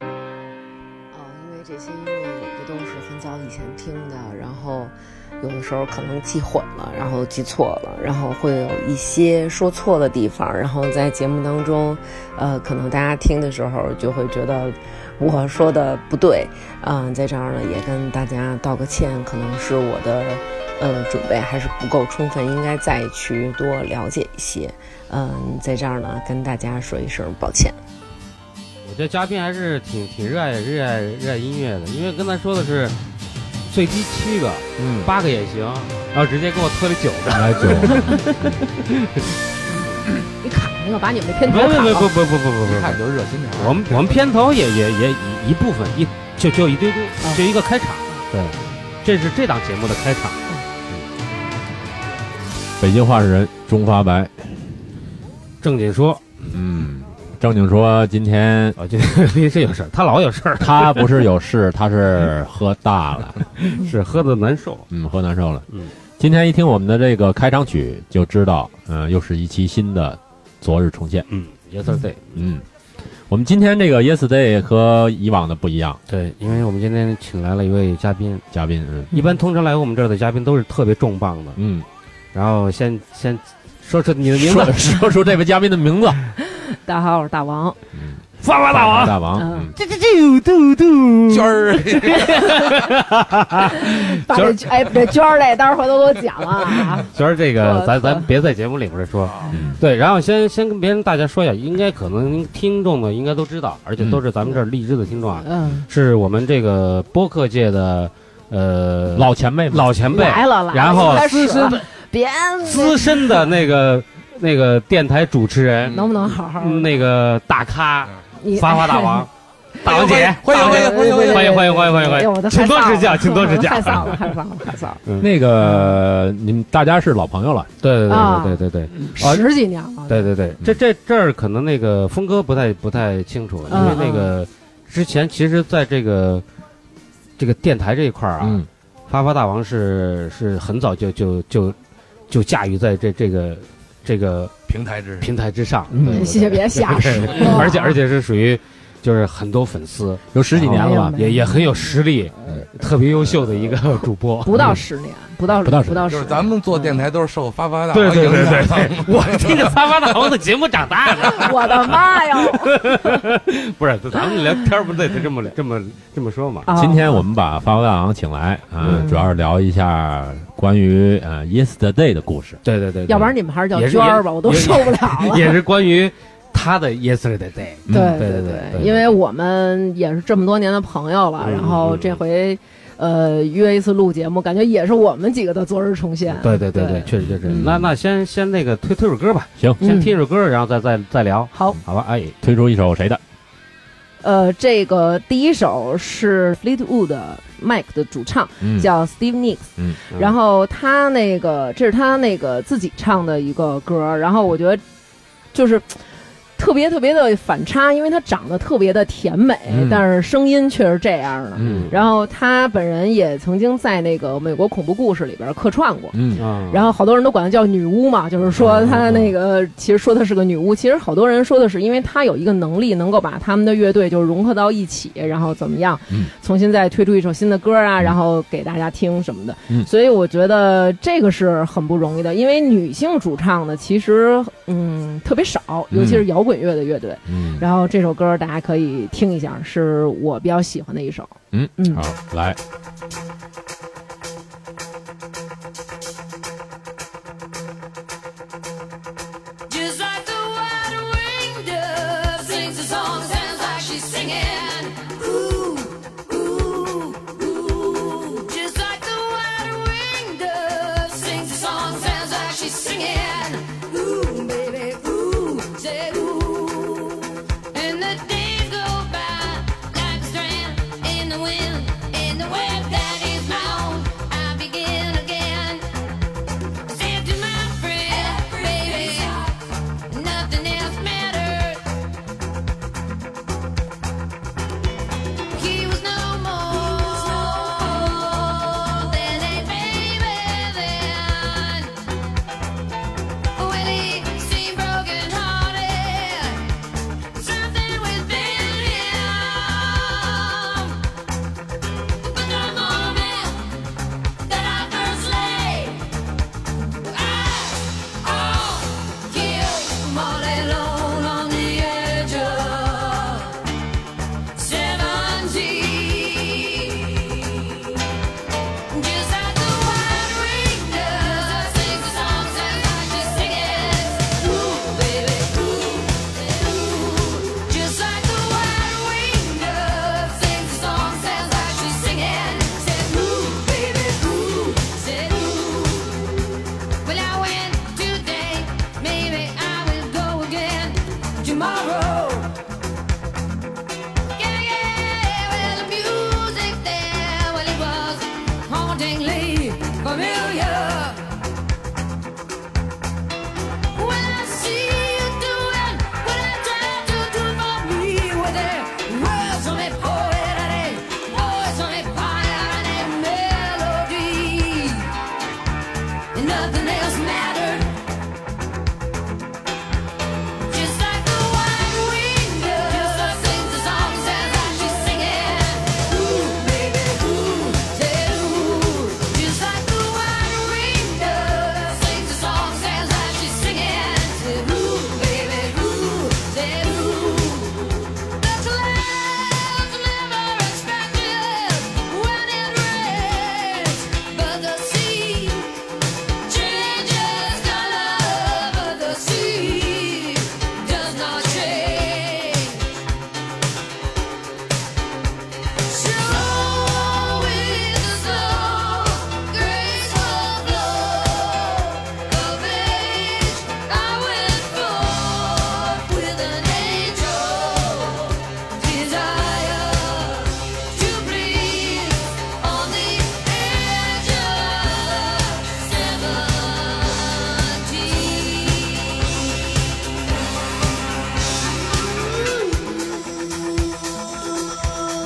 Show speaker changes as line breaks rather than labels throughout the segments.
啊这些音乐也都是很早以前听的，然后有的时候可能记混了，然后记错了，然后会有一些说错的地方，然后在节目当中，呃，可能大家听的时候就会觉得我说的不对，嗯、在这儿呢也跟大家道个歉，可能是我的呃准备还是不够充分，应该再去多了解一些，嗯、在这儿呢跟大家说一声抱歉。
我觉得嘉宾还是挺挺热爱热爱热爱音乐的，因为跟他说的是最低七个，
嗯，
八个也行，然后直接给我推了九个。
来九，
你卡那个，把你们的片头
不
卡
不
了。
不不不不不
一看
不
你就热心肠。
不，我们我们片头也也也一一部分一就就一堆堆，
嗯
就一个开场。
对，
这是这档节目的开场。
北京话事人中发白，
正经说，啊
嗯，正经说今天
我 觉得林是有事儿，他老有事儿，
他不是有事，他是喝大了，
是喝的难受。
嗯，喝难受了。
嗯，
今天一听我们的这个开场曲就知道，嗯、又是一期新的昨日重现。
嗯，也是对
嗯，我们今天这个 Yesterday 和以往的不一样，
对，因为我们今天请来了一位嘉宾，
嘉宾，嗯
一般通常来我们这儿的嘉宾都是特别重磅的，
嗯，
然后先先说出你的名
说
字，
说出这位嘉宾的名字，
大家好，我是大王。
嗯，
发发大 王，
大王，
嗯
嗯，
这这这嘟嘟，
娟儿，
把这哎，这娟儿这，待会儿回头给我讲啊。
就是这个，
我
咱
操
咱别在节目里边说。
嗯
对，然后先先跟别人大家说一下，应该可能听众呢应该都知道，而且
嗯
都是咱们这儿荔枝的听众啊，
嗯，
是我们这个播客界的呃
老前辈嘛，
老前辈，
来了来了，
然后
开始
资深
了
的
别
资深的那个那个电台主持人，
能不能好好
嗯那个大咖
嗯
你
发发大王，
哎
大王姐，
欢迎欢迎欢迎欢迎
欢迎欢迎欢迎欢迎欢迎
哎我都
请
害
多
臊
指
了
教请多指 教
害臊了，害臊了，害臊了。
那个你们大家是老朋友了，
对对
啊
对对对对对。 啊
十几年了，
对对对，这
嗯
这这儿可能那个峰哥不太不太清楚，因为
嗯
那个之前其实在这个这个电台这一块儿啊，
嗯，
发发大王是是很早就就就就驾驭在这这个这个
平台之
平台之上，
嗯
对对对
谢谢别啊瞎说
对对而且而且是属于就是很多粉丝，
有十几年了吧嗯
没有？
也也很有实力，特别优秀的一个主播，
不到十年，不到
不到十
不到十
就是
年，
咱们做电台都是受发发大
对
王
对
影
对对
响
嗯
的。
我是听着发发大王的节目长大 的。
我的妈呀！
不是，咱们聊天儿不得得这么这么这么说嘛？
啊
今天我们把发发大王请来啊，
嗯
主要是聊一下关于呃 Yesterday 的故事。
对对对，对
要不然你们还是叫
也是
娟儿吧，
也
我都
也
受不了了。
也是关于他的 yesterday day。
嗯
对
对对对对
对，
对
因为我们也是这么多年的朋友了，
嗯
然后这回，呃，约一次录节目，感觉也是我们几个的昨日重现。
对对对
啊对
对，确实确实。
嗯
那那先先那个推推首歌吧，
行，
先
嗯
听首歌，然后再再再聊，
好，
好吧？哎，
推出一首谁的？
呃，这个第一首是 Fleetwood Mac 的主唱，
嗯
叫 Steve Nicks，、
嗯
然后他那个这是他那个自己唱的一个歌，然后我觉得就是。特别特别的反差，因为他长得特别的甜美，
嗯
但是声音却是这样的。
嗯
然后他本人也曾经在那个美国恐怖故事里边客串过。
嗯
啊
然后好多人都管她叫女巫嘛，就是说
嗯
她
嗯
那个其实说她是个女巫，其实好多人说的是因为她有一个能力能够把他们的乐队就融合到一起，然后怎么样
嗯，
重新再推出一首新的歌啊，
嗯
然后给大家听什么的
嗯。
所以我觉得这个是很不容易的，因为女性主唱呢其实嗯特别少，
嗯
尤其是摇滚乐的乐队。
嗯
然后这首歌大家可以听一下，是我比较喜欢的一首。
嗯
嗯
好，来，
Just like the wide winged dove sings a song, that sounds like she's singing. Ooh, ooh, ooh. Just like the wide winged dove sings a song, that sounds like she's singing. Ooh, baby, ooh, say ooh. And the days go by like a strand in the wind, in the web that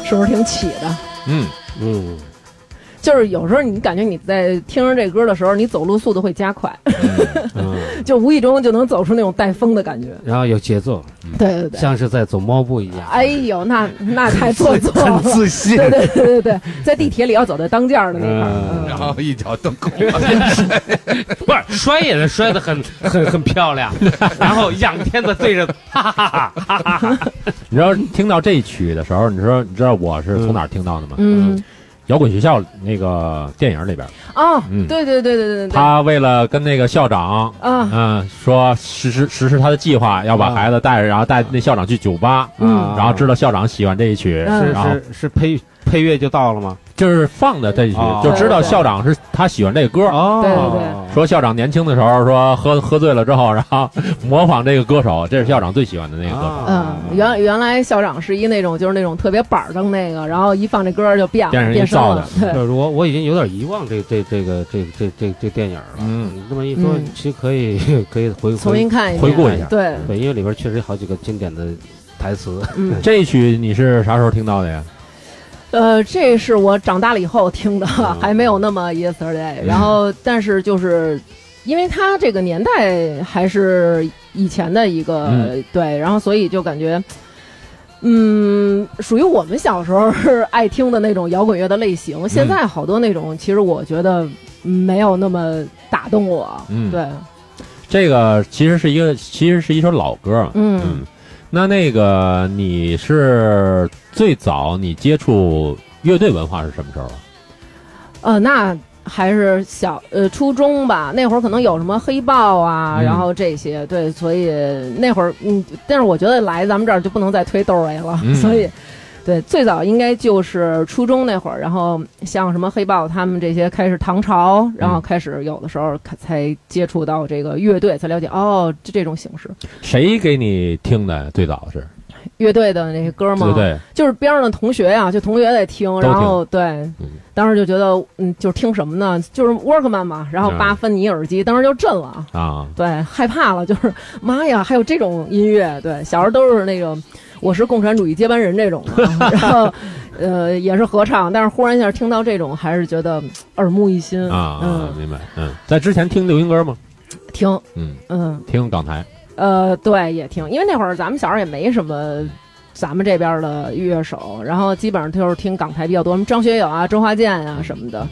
是不是挺起的？
嗯，
嗯，
就是有时候你感觉你在听着这歌的时候，你走路速度会加快，
嗯，
就无意中就能走出那种带风的感觉。
然后有节奏，
对对对，
像是在走猫步一样。
哎呦，那那太做作了
很。自信。
对对对对对，在地铁里要走在当间儿的那块
嗯
儿
然后一脚蹬空，
不是摔也是摔得很 很很漂 亮，然后仰天的对着， 哈哈哈哈哈哈！
你知道听到这曲的时候，你说你知道我是从哪儿听到的吗？
嗯。嗯，
摇滚学校那个电影里边，
哦
嗯，
对对对对对对对，
他为了跟那个校长，
啊，
嗯，说实施实施他的计划，要把
啊
孩子带着，然后带那校长去酒吧，
嗯
然后知道校长喜欢这一曲，
嗯
是
然后
是是配配乐就到了吗？
就是放的这一曲
哦，
就知道
对对
校长是他喜欢这歌。
哦
对对
说校长年轻的时候说喝喝醉了之后，然后模仿这个歌手，这是校长最喜欢的那个歌
哦
手，
嗯，原原来校长是一那种就是那种特别板正那个，然后一放这歌儿就变了，
变成一
变身
造的
了， 对，
就是我我已经有点遗忘这这这个这这这这电影了。
嗯，
你这么一说
嗯，
其实可以可以回
重新
回
看一遍，
回顾一下。
对，
对，因为里边确实有好几个经典的台词。
嗯，
这一曲你是啥时候听到的呀？
呃，这是我长大了以后听的，
哦
嗯
还没有那么 yesterday。
嗯
然后，但是就是因为它这个年代还是以前的一个、
嗯
对，然后所以就感觉。嗯，属于我们小时候 爱听的那种摇滚乐的类型。
嗯
现在好多那种，其实我觉得没有那么打动我。
嗯
对，
这个其实是一个，其实是一首老歌嘛。
嗯
嗯，那那个你是最早你接触乐队文化是什么时候啊？
呃，那还是小呃初中吧，那会儿可能有什么黑豹啊，
嗯
然后这些对，所以那会儿嗯，但是我觉得来咱们这儿就不能再推窦唯了，
嗯
所以。对，最早应该就是初中那会儿，然后像什么黑豹他们这些开始唐朝，然后
嗯
开始有的时候才才接触到这个乐队，才了解哦这这种形式。
谁给你听的？最早是
乐队的那些歌嘛，
对对，
就是边上的同学呀、就同学在听，
听
然后对，
嗯
当时就觉得，嗯，就是听什么呢？就是 Workman 嘛，然后
嗯
八分尼耳机，当时就震了，
啊，
对，害怕了，就是妈呀，还有这种音乐，对，小时候都是那种我是共产主义接班人这种的， 然后呃也是合唱，但是忽然一下听到这种，还是觉得嗯耳目一新
啊啊，
嗯，
明白。嗯，在之前听流行歌吗？
听，
嗯，
嗯，
听港台。
呃，对，也听，因为那会儿咱们小时候也没什么咱们这边的乐手，然后基本上就是听港台比较多，什么张学友啊、周华健啊什么的。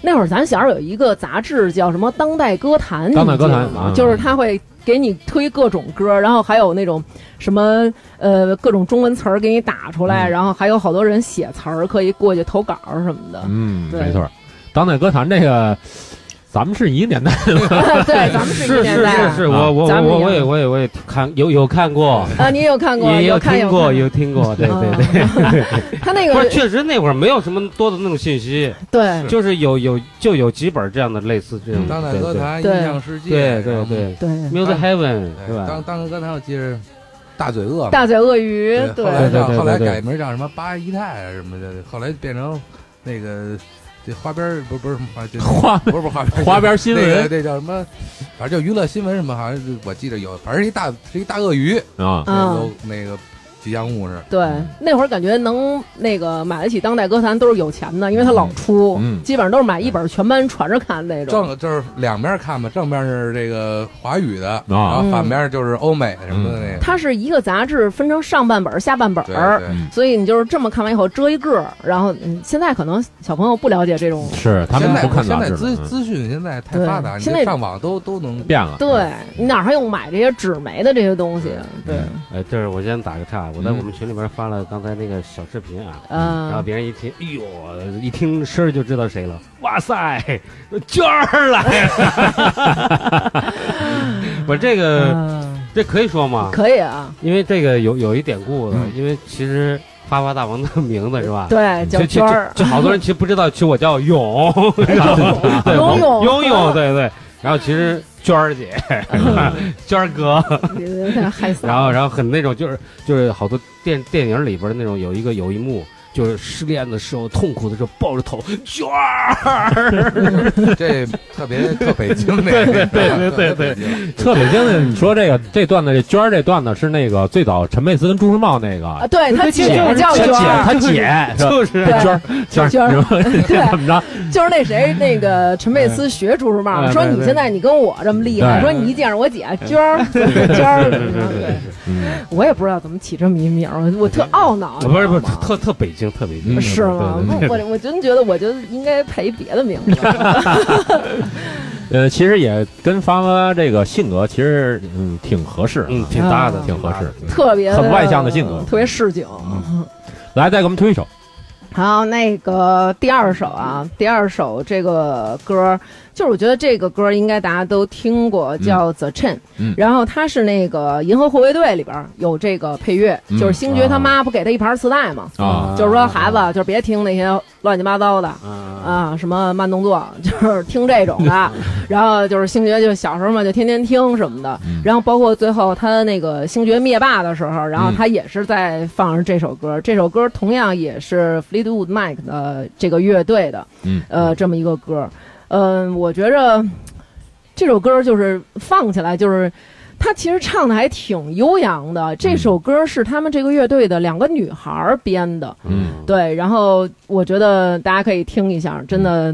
那会儿咱小时候有一个杂志叫什么《当代歌坛》，啊
当代歌坛
你
啊
记得吗
嗯
就是他会给你推各种歌，然后还有那种什么呃各种中文词儿给你打出
嗯
来，然后还有好多人写词儿可以过去投稿什么
啊
的。
嗯，
对
没错。当代歌坛这个，咱们是一个年代的吗
对，咱们 是一个
是
年
是
代
是
啊。
是，我我
咱
我
们一
我
样
也我也我也看有有看过，
啊，你有看过？
也
有看哦
听
过，
有听过，对对对。
对。 他那个
不是，确实那会儿没有什么多的那种信息，
对，
就是有有就有几本这样的类似这种。
嗯
当代歌坛、
对
印
对
象世界，
对对
然
对
后
对
对，
，Music Heaven
嗯
对
是
当
吧？
当代歌坛，我记着大嘴鳄嘛，
大嘴鳄鱼，
啊后
对
来
对对
叫
对
后来
对
改名叫什么八姨太啊什么的，后来变成那个这花边儿不不是什么花，就
花
不是不是花边儿
花边新
那个
闻
那叫什么，反正叫娱乐新闻什么，好像是我记着有，反正是一大是一大鳄鱼，
啊？
那
啊
个那个吉祥物是。
对，那会儿感觉能那个买得起当代歌坛都是有钱的，因为他老出，
嗯
基本上都是买一本全班传着看那种。
正就是两边看吧，正面是这个华语的，然
啊嗯
后
嗯
反面就是欧美什么的那个。
它是一个杂志分成上半本儿、下半本
对
儿，
嗯
对，
所以你就是这么看完以后遮一个儿，然后嗯，现在可能小朋友不了解这种，
是他们
现在
不看
现
杂
在
志
资
了，嗯
资讯现在太
对
发达，你
现在
这上网都都能
变了。
对你哪还用买这些纸媒的这些东西？对，
哎，这是我先打个岔，我在
嗯
我们群里边发了刚才那个小视频啊，然后
嗯，
别人一听，哎呦，一听声儿就知道谁了。哇塞，娟儿来了！ 我这个
嗯
这可以说吗？
可以啊，
因为这个有有一典故的，
嗯
因为其实花花大王的名字是吧？
对，
就就
叫娟儿，
就就好多人其实不知道，其实我叫 勇， 然后 对
勇勇
勇勇，对对。然后其实娟儿姐、
嗯
娟儿哥，
有点害臊。
然后然后很那种就是就是好多电电影里边那种有一个有一幕就是失恋的时候、痛苦的时候，抱着头娟儿，
这特 别特北京那个，
对对对对
对，
特北京的，你说这个这段子，这娟儿这段子是那个最早陈佩斯跟朱时茂那
啊，
个，
对他姐
就是
叫
他姐
娟儿，
他姐是吧
就是
对
娟儿娟儿，
娟儿
你说这怎么着？
就是那谁那个陈佩斯学朱时茂
哎
说
对
你
对
现在你跟我这么厉害，
对
说你一见着我姐娟儿娟儿，
对对对
对
嗯，
我也不知道怎么起这么一名儿，我我特懊恼，
不是不是
你知道吗
特特北京，特北京。
嗯
啊是吗？
对对
我
对
我我真觉得，我觉得应该配别的名字。
呃，其实也跟发发这个性格其实嗯挺合适啊，
嗯，挺搭的，
啊
挺合适。嗯
特别的
很外向的性格
特别市井。
来，再给我们推一首，
好，那个第二首啊，第二首这个歌儿，就是我觉得这个歌儿应该大家都听过，叫《The Chain》。
嗯
然后它是那个《银河护卫队》里边儿有这个配乐，
嗯
就是星爵他妈不给他一盘磁带
嗯
嘛，
啊
就是说孩子就是别听那些乱七八糟的。
啊，
啊，什么慢动作，就是听这 种的。然后就是星爵，就小时候嘛，就天天听什么的。
嗯
然后包括最后他那个星爵灭霸的时候，然后
嗯
他也是在放着这首歌。这首歌同样也是 Fleetwood Mac 的这个乐队的，
嗯
呃，这么一个歌。嗯、我觉着这首歌就是放起来就是。他其实唱的还挺悠扬的，这首歌是他们这个乐队的两个女孩儿编的，
嗯，
对，然后我觉得大家可以听一下，真的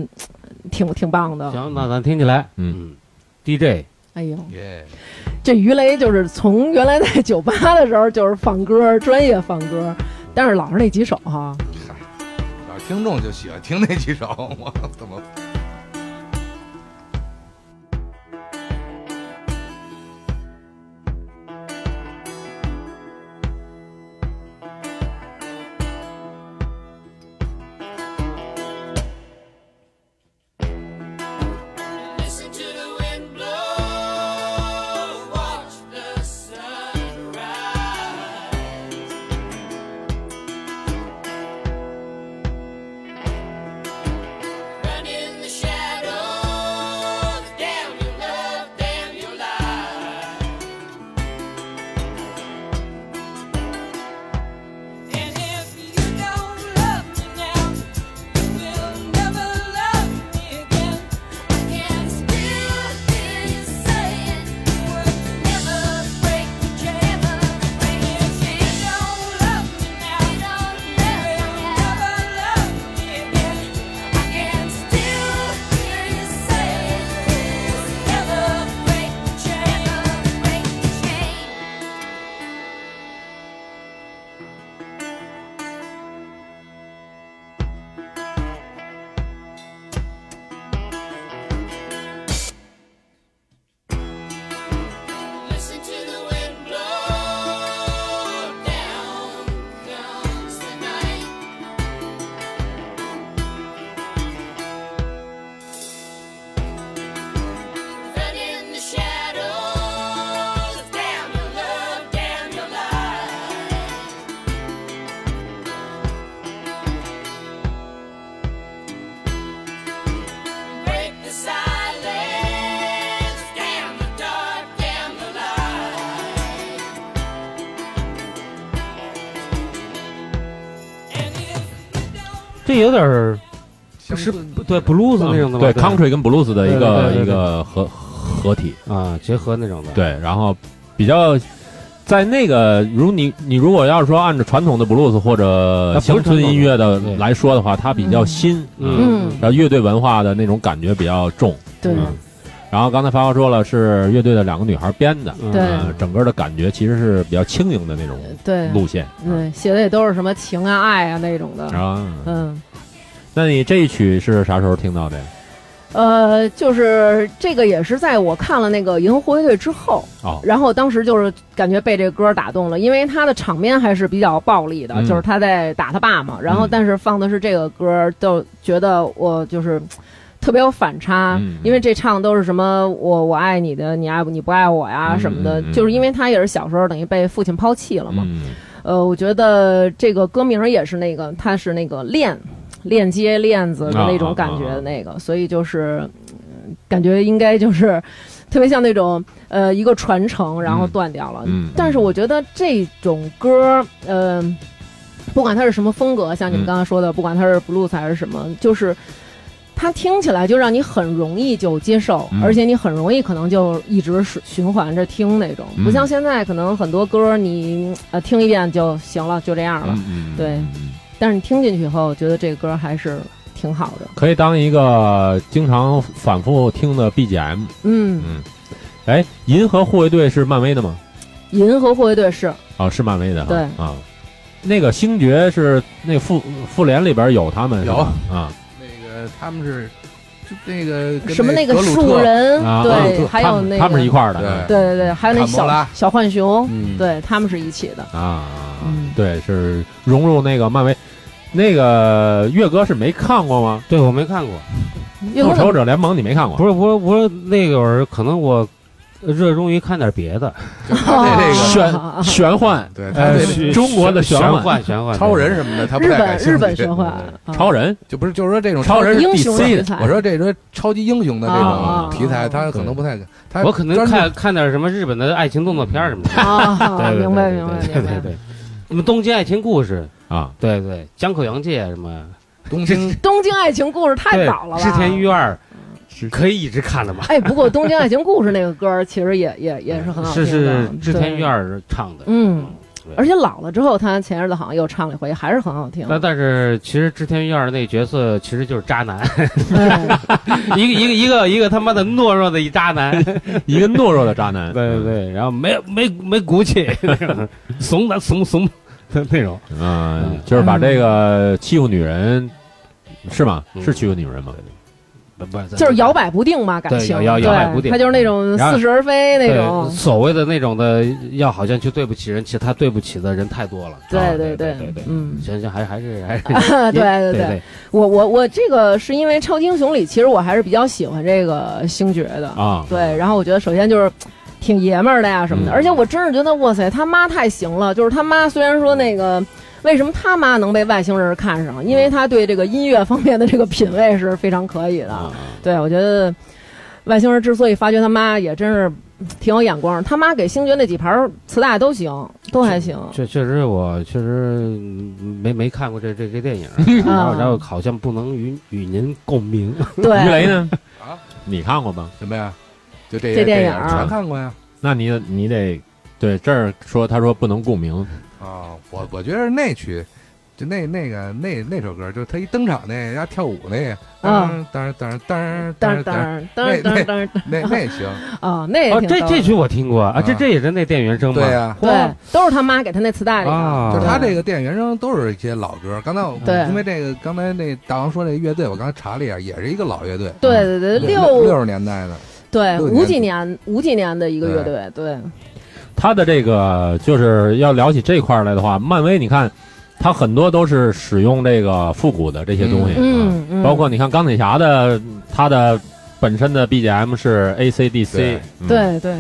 挺挺棒的。
行，那咱听起来，
嗯
，DJ
哎呦，
耶，
这于雷就是从原来在 酒吧的时候就是放歌，专业放歌，但是老是那几首哈。
老听众就喜欢听那几首，我怎么？
Listen to the wind blow, watch the sun rise. Run in the shadows, damn your love, damn your life. And if you don't love me now, you will never love me again. Can still hear you saying you would never break the chain. If you don't love me now, you don't never love me again. I can still hear you saying you would never break the chain. Break the chain. Listen to the wind blow. Down comes the night. Run in the shadows. Damn your love, damn your life. Break the silence, damn the dark, damn the light. And if you don't.
这有点儿
相
是
似
对 blues 那种的吧
嗯啊对，country 跟 blues 的一
嗯对对对
个
对
一个合合体，
啊，结合那种的，
对，然后比较。在那个，如你你如果要是说按照传统的 blues 或者
啊它不是
乡村音乐的
传统的对
来说的话，它比较新，
嗯，
然后乐队文化的那种感觉比较重。
对，
嗯然后刚才发发说了，是乐队的两个女孩编的，
嗯，
对
呃，整个的感觉其实是比较轻盈的那种
对，啊嗯
路线。
对，写的也都是什么情啊、爱啊那种的。
啊，
嗯，
那你这一曲是啥时候听到的呀？
呃，就是这个也是在我看了那个《银河护卫队》之后，
哦，
然后当时就是感觉被这歌打动了，因为他的场面还是比较暴力的，
嗯
就是他在打他爸嘛。然后
嗯
但是放的是这个歌，就觉得我就是嘖特别有反差，
嗯
因为这唱都是什么我我爱你的，你爱不你不爱我呀
嗯
什么的，
嗯嗯
就是因为他也是小时候等于被父亲抛弃了嘛。
嗯
呃，我觉得这个歌名也是那个，它是那个链链接链子的那种感觉的那个，所以就是、嗯感觉应该就是特别像那种呃一个传承，然后断掉了。
嗯嗯
但是我觉得这种歌，嗯、不管它是什么风格，像你们
嗯
刚刚说的，不管它是 blues 还是什么，就是它听起来就让你很容易就接受，
嗯
而且你很容易可能就一直是循环着听那种，不
嗯
像现在可能很多歌你呃听一遍就行了，就这样了。
嗯嗯，
对
嗯，
但是你听进去以后，觉得这个歌还是挺好的。
可以当一个经常反复听的 BGM。
嗯，
嗯，哎，银河护卫队是漫威的吗？
银河护卫队是
哦，是漫威的哈。
对
啊，那个星爵是那复复联里边有他们是吧啊，
那个他们是就那个跟
什么
那
个
格鲁
树
特，
人，
啊格鲁
嗯对，
特
还
他
有
们
那个
他们是一块儿的。
对
对对对，还有那
卡莫
小
拉
小浣熊，
嗯，
对他们是一起的。
啊啊，
嗯
对，是融入那个漫威。那个岳哥是没看过吗？
对我没看过，
月
复
光
仇者联盟你没看过？
不是我我那个会儿可能我热衷于看点别的，
就他对这个
哦是
玄
啊
玄幻，
对他
呃
对
是中国的
玄
玄幻
玄幻
超人什么的，他不
日
太
本
感兴趣
日本神话，啊
超人，
就不是就是说这种
超人是
英雄
DC
题
的，
材，
我说这说超级英雄的这
啊
哦
种题材，他可能不太，他
哦我可能
专注
看看点什么日本的爱情动作片儿什么的。
啊，
对对对
明白
对
明白
对
明
对
白。
对，什么东京爱情故事，
啊，
对对，江口洋介什么，
东京
东京爱情故事太早了吧？
织田裕二可以一直看的嘛？
哎，不过《东京爱情故事》那个歌儿其实也也也是很好听
是
的，
是织田裕
对
二唱的，
嗯
对，
而且老了之后，他前日子好像又唱了一回，还是很好听。
但但是其实织田裕二那角色其实就是渣男，
哎
一个一个一个一个他妈的懦弱的一渣男，对
一个懦弱的渣男。
对对，然后没有没没骨气，怂的怂怂的那种，
嗯，就是把这个欺负女人，是吗？
嗯
是欺负女人吗？
不不
就是摇摆不定嘛，感
对
情
摇摇
对
摇摆不定
他就是那种
然后
似是而非那
对
种。
所谓的那种的，要好像去对不起人，其实他对不起的人太多了。
对
啊对
对对
对，
嗯，
行行，还还是
哎
还是
对
对
对对，，我我我这个是因为超级英雄里，其实我还是比较喜欢这个星爵的
啊，
对，然后我觉得首先就是挺爷们儿的呀什么的，
嗯
而且我真是觉得哇塞，他妈太行了，就是他妈虽然说那个。为什么他妈能被外星人看上？因为他对这个音乐方面的这个品味是非常可以的。
嗯
啊
对我觉得外星人之所以发掘他妈，也真是挺有眼光。他妈给星爵那几盘儿磁带都行，都还行。
确确实我确实没没看过这这这电影， 然
啊
后然后好像不能与与您共鸣。
对，
鱼雷呢？
啊，
你看过吗？
什么呀？就这
这
些
电影啊
影全看过呀。
那你你得对这儿说，他说不能共鸣
啊，我我觉得那曲，就那那个那那首歌，就是他一登场那家跳舞那个，
嗯
当当当当
噔
当
噔噔噔噔噔
那 那行，
啊，那也
哦，
挺
这
逗
这
的
曲我听过啊，
啊
这这也是那电原声吗？
对
啊
呀
对，都是他妈给他那磁带里的。
啊，
就是他
对
这个电影原声都是一些老歌。刚才我
对
因为这个刚才那大王说这乐队，我刚才查了一下，也是一个老乐队，
对对对，
六六十年代的，
对
六
五
年
几
组
年五几年的一个乐
对
队，
啊
对
他的这个，就是要聊起这块儿来的话，漫威你看，他很多都是使用这个复古的这些东西，啊
嗯嗯，
包括你看钢铁侠的，他的本身的 BGM 是 ACDC，
对
嗯
对对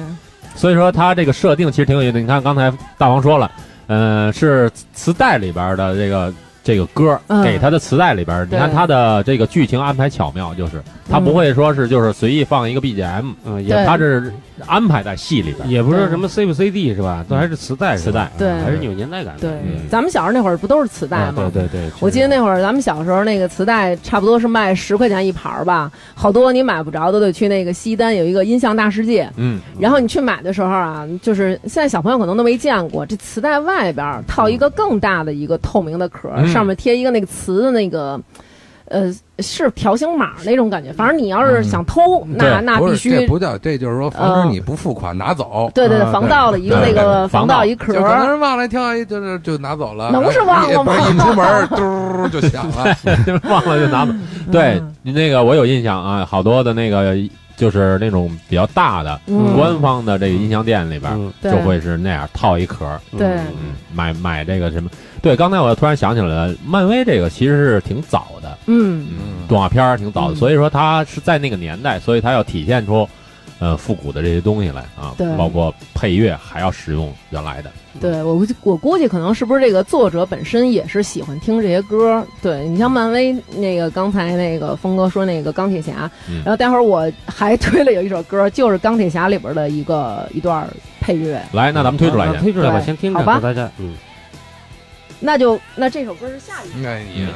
所以说它这个设定其实挺有意思的。你看刚才大王说了，嗯、是磁带里边的这个这个歌、
嗯
给他的磁带里边，你
对
看他的这个剧情安排巧妙，就是他不会说是就是随意放一个 BGM，
嗯也
对
他是安排在戏里边。
也不是什么 C 不 CD 是吧？都还是磁带是吧，嗯
磁带
对
还是有年代感的。
对
嗯，
咱们小时候那会儿不都是磁带
啊
吗？
对对对，
我记得那会儿咱们小时候那个磁带差不多是卖十块钱一盘儿吧，好多你买不着都得去那个西单有一个音像大世界，
嗯，
然后你去买的时候啊，就是现在小朋友可能都没见过，这磁带外边儿套一个更大的一个透明的壳，
嗯
上面贴一个那个磁的那个。呃，是条形码那种感觉，反正你要
嗯
是想偷，那
对
那
不
必
是
须，嗯
这不叫，这就是说防止你不付款拿走。
对对对，
啊
防盗了一个
对
那
对
个
对防
盗
盗
一壳
就
儿，
可能是忘了跳一，就是就拿走了，哎
能是忘了吗
然后一一出门，嘟就响了。
嗯 忘了就拿走。
嗯
对，你那个我有印象啊，好多的那个就是那种比较大的、
嗯
官方的这个音像店里边。
嗯，
对
就会是那样套一壳儿，
对
嗯，买买这个什么？对，刚才我突然想起来了，漫威这个其实是挺早的，
嗯，
嗯
动画片儿挺早的，
嗯
所以说它是在那个年代，所以它要体现出，呃，复古的这些东西来啊
对，
包括配乐还要使用原来的，
对我估计我估计可能是不是这个作者本身也是喜欢听这些歌儿？对你像漫威那个刚才那个峰哥说那个钢铁侠，
嗯
然后待会儿我还推了有一首歌儿，就是钢铁侠里边儿的一个一段儿配乐。
来，那咱们推出来
啊
一下，
推出来吧，
对
先听着，
好吧
给大家嗯。
那就那这首歌是下一首，
哎呀，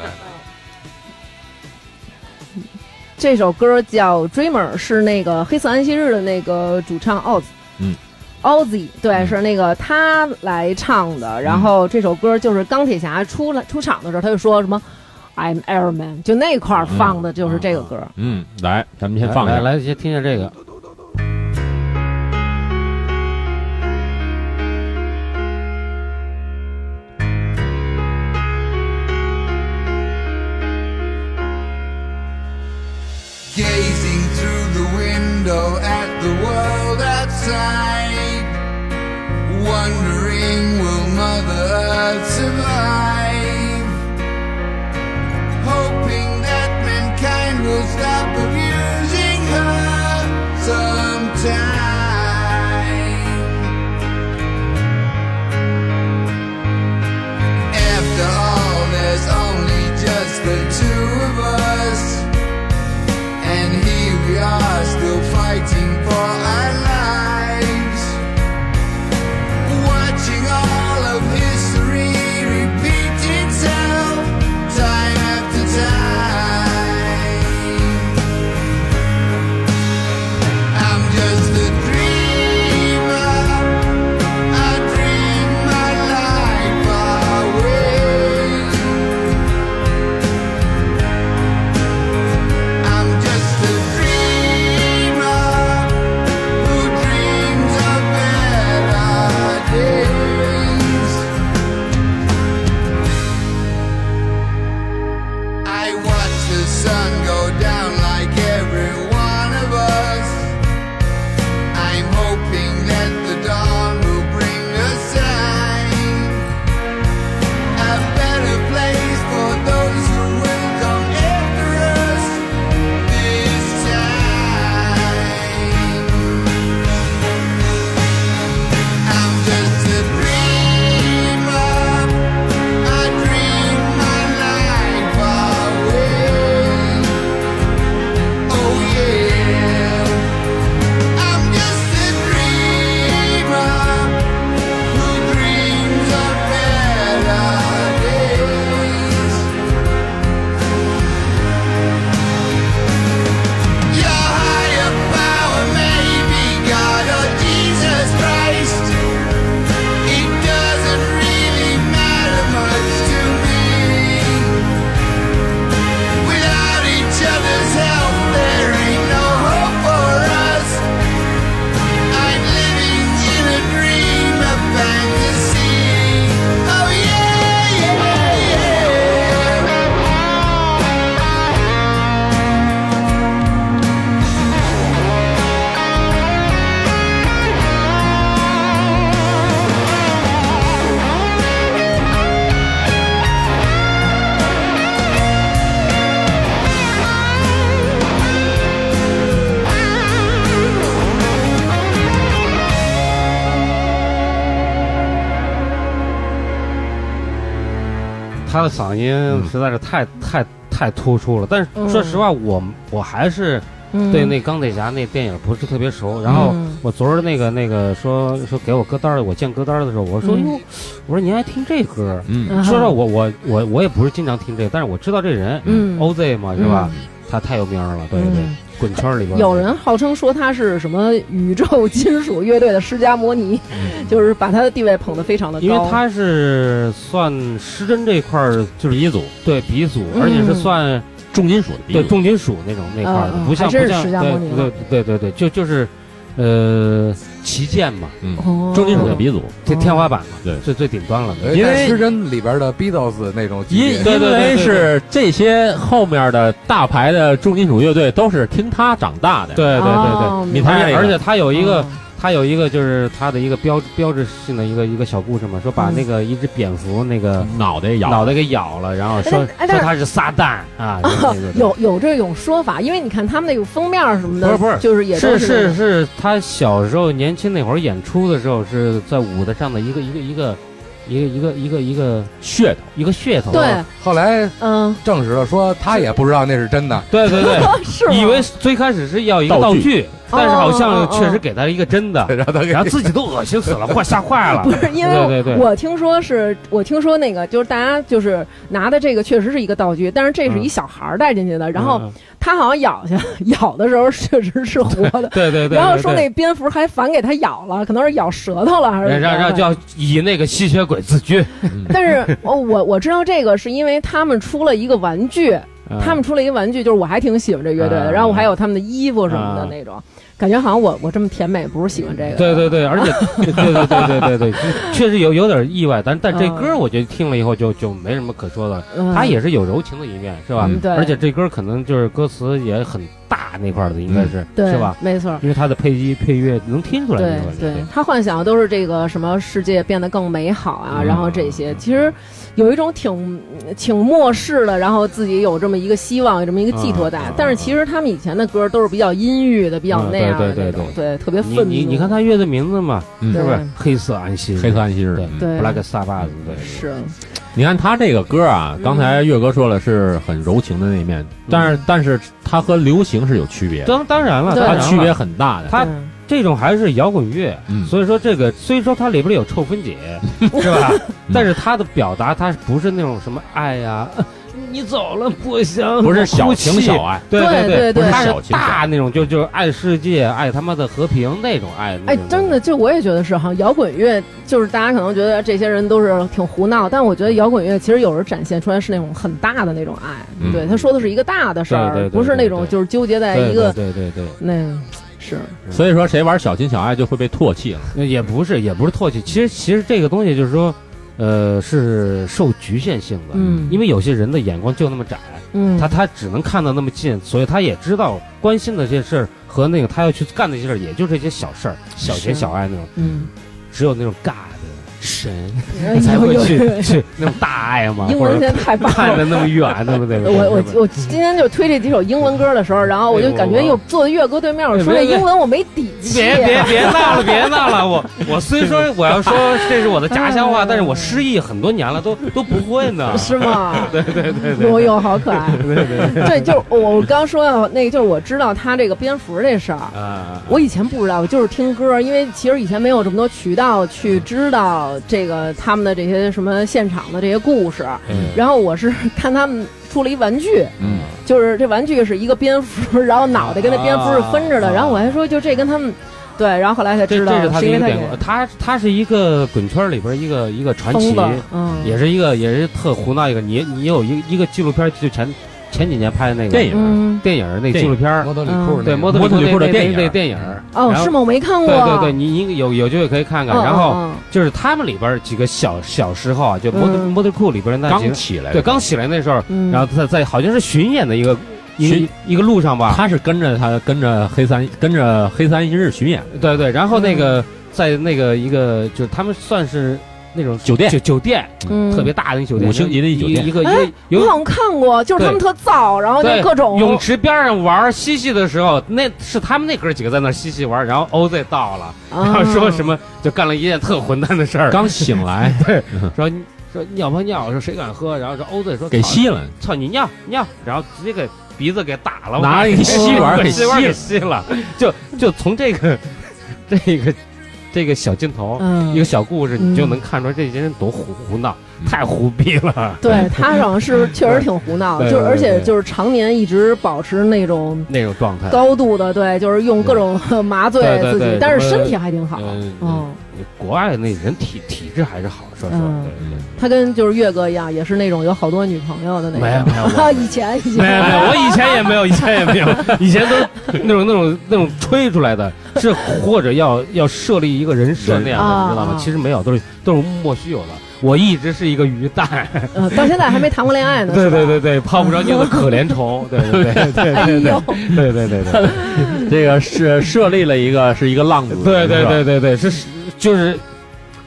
这首歌叫《Dreamer》，是那个《黑色安息日》的那个主唱 Oz。
嗯。
Ozzy 对，
嗯
是那个他来唱
嗯
的。然后这首歌就是钢铁侠出来出场的时候，他就说什么 “I'm Iron Man”，就那块儿放的就是这个歌。
嗯，来，咱们先放一
来
下。
来，先听听这个。
gazing through the window at the world outside, wondering will Mother Earth survive, hoping that mankind will stop abusing her sometime. After all, there's only just the two of us. And here we are still fighting for our lives. Watching all of history repeat itself time after time. I'm just a dreamer. I dream my life away. I'm just a dreamer who dreams of better days. I watch the sun go down like every one of us. I'm hoping that the dawn will bring a sign. A better place for those who will come after us. This time, I'm just a dreamer. I dream my life away. Oh yeah, I'm just a dreamer who dreams of better days. Your higher power may be God or Jesus Christ. It doesn't really matter much to me. Without each other's help, there ain't no hope for us. I'm living in a dream, a fantasy. Oh yeah, yeah, yeah.
他的嗓
嗯
音实在是太、太太突出了，但是说实话，我我还是
嗯
对那钢铁侠那电影不是特别熟。然后
嗯
我昨儿那个那个说说给我歌单儿，我见歌单儿的时候，我说
嗯
哟，我说您还听这歌儿？
嗯
嗯
说实话，我我我我也不是经常听这个，但是我知道这人，
嗯
OZ 嘛是吧？他太有名了，对对，
嗯
滚圈儿里边
有人号称说他是什么宇宙金属乐队的释迦摩尼，就是把他的地位捧得非常的
嗯
高。
因为他是算失真这块儿就是
鼻祖，
对鼻祖，
嗯
而且是算
重金属的鼻
对
祖。
重金属那种那块儿
嗯
的，
嗯
不像
还真
不
是
像
释迦牟尼
对对对对对，就就是呃旗舰嘛，
哦
重金属的鼻祖，
天天花板嘛，
对哎
最最顶端了。对
因为
但失真里边的 Beatles 那种级
因
别，
对
因
对
为
对对
是这些后面的大牌的重金属乐队都是听他长大的，，
对对对
哦
你
对，而
看
且
这个
而且他有一个
哦
他有一个就是他的一个标标志性的一个一个小故事嘛，说把
嗯
那个一只蝙蝠那个
脑袋咬，
脑袋给咬了，然后说
哎
说
但
他是撒旦 啊，
啊
对对，对
有有这种说法，因为你看他们那个封面什么的，
不是不是
就是也都
是
是
是是，他小时候年轻那会儿演出的时候是在舞台上的一个一个一个一个一个一个一个
噱头。
一个噱头。
对，
后来
哦
嗯，
啊
证实了，说他也不知道那是真的。
对对对，
是吗
以为最开始是要一个道具，但是好像确实
哦哦哦
给他一个真 的，
然后他给
然后自己都恶心死了，坏吓坏了。
不是因为我
对对对
我听说是，我听说那个就是大家就是拿的这个确实是一个道具，但是这是一小孩儿带进去 的，然后
嗯
他好像咬下 咬的时候确实是活的，
对对对，
然后
对
说
对
那蝙蝠还反给他咬了，可能是咬舌头了还是
让让让
怎么样
叫以那个吸血鬼自居，
但是哦，我我知道这个是因为他们出了一个玩具，
嗯
他们出了一个玩具，就是我还挺喜欢这乐队的，
啊
然后我还有他们的衣服什么的
啊
那种，感觉好像我我这么甜美不是喜欢这个，
对对对，而 且对对对对对对，确实有有点意外，但但这歌
嗯
我觉得听了以后就就没什么可说的，
嗯，
他也是有柔情的一面，是吧？
嗯对
而且这歌可能就是歌词也很大那块儿的，应该是
嗯对
是吧？？
没错。
因为他的配机配乐能听出来
对
那个
对，他幻想的都是这个什么世界变得更美好啊，
嗯
然后这些其实有一种挺挺漠视的，然后自己有这么一个希望，有这么一个寄托在。
嗯嗯嗯
但是其实他们以前的歌都是比较阴郁的，比较那样的
嗯对
那
对
种，
对
对特别愤
你
怒。
你你看他乐队名字嘛，
嗯
是不是
对
黑色安息日？
黑色安息日，
对
嗯
对
Black Sabbath 对。
是
你看他这个歌啊，刚才岳哥说了是很柔情的那一面，但是但是他和流行是有区别的，
当当然了，
对
当
它
然了
区别很大的。
啊他
对
这种还是摇滚乐，
嗯
所以说这个虽说它里边有臭分解，是吧？
嗯
但是它的表达，它不是那种什么爱呀、呃你走了不香，
不是小
哭泣
情小，爱，
对
对对
对
对
它是
小情小爱
大那种，就就是爱世界，爱他妈的和平那种爱。那
哎
种，
真的，，就我也觉得是哈，摇滚乐就是大家可能觉得这些人都是挺胡闹，但我觉得摇滚乐其实有时候展现出来是那种很大的那种爱，
嗯
对他说的是一个大的事儿，
对对对
不是那种
对对
就是纠结在
对
一个
对对对
那是
所以说谁玩小情小爱就会被唾弃了。
对，也不是也不是唾弃，其实其实这个东西就是说，呃，是受局限性的，
嗯
因为有些人的眼光就那么窄。
嗯
他他只能看到那么近，所以他也知道关心的这些事儿和那个他要去干的一些事儿，也就这些小事儿、小情小爱那种，
嗯。哎
只有那种尬的神才
有
会
有
去去那种大爱嘛，
英
或
文
者
现在 太棒
看
了。
着那么 远，对不对？
我我我今天就推这几首英文歌的时候，然后
哎
我就感觉又坐在岳哥对面，我说这英文我没底气。
别
啊
别别闹 了，别闹了！我我虽说我要说这是我的家乡话，但是我失忆很多年了，都都不会呢。
是吗？
对对对对，
罗勇好可爱。
对对 对
对，就是我刚说到那个，就是我知道他这个蝙蝠这事儿。
啊！
我以前不知道，我就是听歌，因为其实以前没有这么多渠道去知道这个他们的这些什么现场的这些故事。然后我是看他们出了一玩具，
嗯，
就是这玩具是一个蝙蝠，然后脑袋跟那蝙蝠是分着的，
啊
然后我还说就这跟他们，对，然后后来才
这
知道
这是他的一
因为
个
他
典故，
给
他他是一个滚圈里边一个一个传
疯
奇，
了，嗯，
也是一个也是特胡闹一个，你你有一一个纪录片，就前前几年拍的那个
电影
嗯，
电影那
电
纪
影
录片，
摩托里库那个
对摩
托
托
里库的
那那
电影
那电影，
哦，
然后
是吗？我没看过，
对对对，你你有有机会可以看
嗯，
看。然后
嗯
就是他们里边几个小小时候啊，就摩托
嗯
摩托库里边那几
刚
个，
起来，
对，刚起来那时候，
嗯，
然后在在好像是巡演的一个一
巡
个一个路上吧，
他是跟着他跟着黑三跟着黑三一日巡演，
对对，然后那
嗯
个在那个一个就是他们算是那种
酒店
酒酒店
嗯
特别大的一个酒店，
五星级的一
一
酒店
一个一
哎
个有
我好像看过，就是他们特燥，然后就
对
各种
泳池边上玩嬉戏的时候，那是他们那哥几个在那儿嬉戏玩，然后 OZ 到了，
嗯
然后啊说什
么
么就干了一件特混蛋的事儿，
刚醒来
说你说尿不尿，说谁敢喝，然后说 OZ 说
给
操
吸了，
操你尿尿，然后直接给鼻子给打了，
拿一个 吸管
给
给
吸
吸
管给
了，
吸了，就就从这个这个这个小镜头。
嗯
一个小故事，
嗯
你就能看出来这些人多胡胡闹，太胡逼了。
对他好 像是确实挺胡闹，
对
就
对
是而
对
且
对
就是常年一直保持那种
那种状态，
高度的，对，就是用各种 麻醉
对对
自己
对，
但是
什么
身体还挺好，
嗯
嗯。
国外那人体体质还是好，说实话。
嗯
对对对
他跟就是岳哥一样，也是那种有好多女朋友的那种。
没有没有我
以前以前
没有没有，我以前也没有，以前也没有，以前都是那种那种那种吹出来的，是或者要要设立一个人设那样
啊
的，你知道
啊
吗？其实没有，都是都是莫须有的。我一直是一个鱼蛋，
嗯到现在还没谈过恋爱呢。
对
是吧
对对，对，泡不着妞的可怜虫，对对对对对
哎呦，哎
对对对对
这个是设立了一个是一个浪子，
对
是
对
吧
对对对，是就是。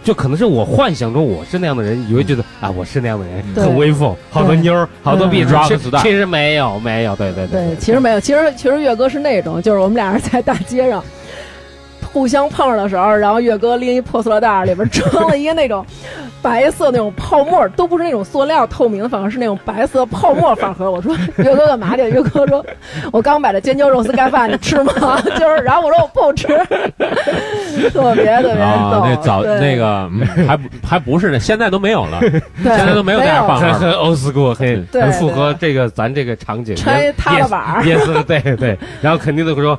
就可能是我幻想中我是那样的人，以为觉得啊我是那样的人，
对
很威风，好多妞儿，好多壁纸
嗯，
其
子弹
其实没有没有，对对
对，其实没有，其实其实岳哥是那种，就是我们俩人在大街上。互相碰的时候，然后岳哥拎一破塑料袋儿，里边装了一个那种白色那种泡沫，都不是那种塑料透明的饭盒，是那种白色泡沫饭盒。我说岳哥干嘛去？岳哥说，我刚买的尖椒肉丝盖饭，你吃吗？就是，然后我说我不吃，特别特别
啊
逗。，
那早
对
那个嗯还不还不是那，现在都没有了，
对
现在都没有
没
那样
有
放
这很 old school，很
对
很符合
对
这个咱这个场景。
拆塌了 板儿
也是对对，然后肯定都会说。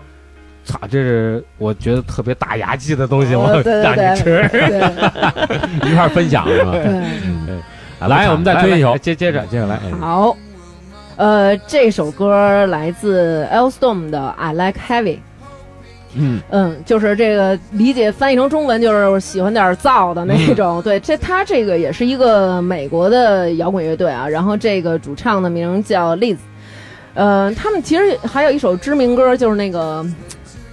操，这是我觉得特别大牙祭的东西，
呃
我
对对
让
对
你吃。
对
一块儿分享是吧？
对。
来，哎我们再推一首，
接接着接着哎来。哎
嗯
好，呃，这首歌来自 Elstorm 的《I Like Heavy》。
嗯
嗯，就是这个理解翻译成中文就是喜欢点儿燥的那种。对，这他这个也是一个美国的摇滚乐队啊，然后这个主唱的名叫 Liz。呃，他们其实还有一首知名歌，就是那个《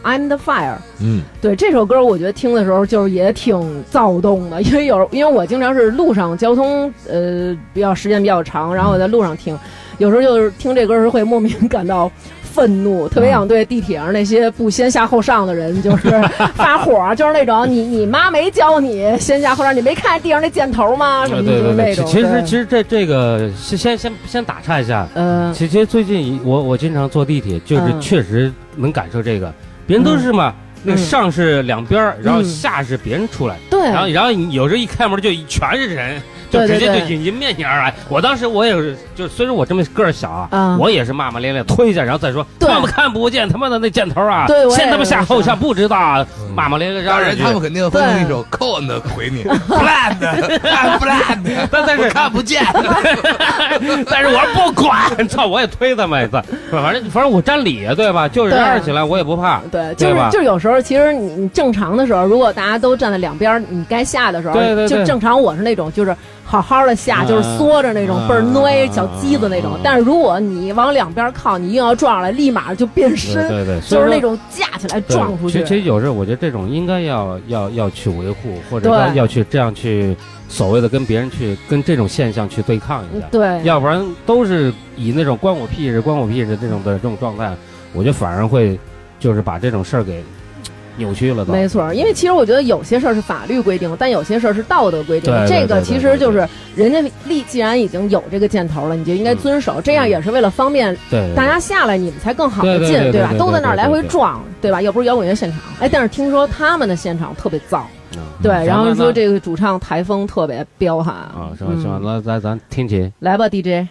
I'm the Fire》。
嗯，
对这首歌，我觉得听的时候就是也挺躁动的，因为有因为我经常是路上交通呃比较时间比较长，然后我在路上听，有时候就是听这歌时会莫名感到愤怒，特别
嗯
想对地铁上那些不先下后上的人就是发火，就是那种你你妈没教你先下后上，你没看地上那箭头吗？什么的就是那
其
种。
其实
对
其实这这个先先先先打岔一下，
呃
其实最近我我经常坐地铁，就是
嗯
确实能感受这个，别人都是嘛，那个
嗯
上是两边儿，然后下是别人出来，
对，
然后然后你有时候一开门就全是人，就
哎对
直
对
接
对
就迎迎面你而来。我当时我也是，就虽然我这么个儿小啊
嗯，
我也是骂骂咧咧推一下，然后再说
对
他们看不见他妈的那箭头啊
对我，也
先他妈下
是
后下不知道啊，骂骂咧咧，然
嗯当
后
然，
就
他们肯定会用一首 con 的 回你，plan 的，plan 的，
但但是
看不见。
但是我不管，操，我也推他们一次，反正反正我占理啊，对吧？就是
对
嚷嚷起来我也不怕，
对，就
对
是
吧
就是有时候，其实你你正常的时候，如果大家都站在两边儿，你该下的时候，
对对对啊
就正常。我是那种就是好好的下，
嗯
就是缩着那种
嗯
倍儿
嗯
挪
嗯
小鸡子那种。
嗯
但是如果你往两边靠，你硬要撞上来，立马就变身，
对对，
就是那种架起来
对
撞出去
其。其实有时候我觉得这种应该要要要去维护，或者
对
要要去这样去所谓的跟别人去跟这种现象去对抗一下，
嗯对，
要不然都是以那种关我屁事关我屁事这种的这种状态，我觉得反而会就是把这种事儿给扭曲了都。
没错，因为其实我觉得有些事儿是法律规定，但有些事儿是道德规定。
对对
这个
对对
其
对
实就是人家立，既然已经有这个箭头了，你就应该遵守，这样也是为了方便
对对
大家下来，你们才更好的
对对
进，
对对
吧
对？对
都在那儿
对对
来回
对
撞，对吧？又不是摇滚乐现场，哎，但是听说他们的现场特别燥，
嗯
对，
行
然后
那
说
那
这个主唱台风特别彪悍
啊，是吧？嗯
嗯
是吧？那咱咱听起。
来吧，DJ，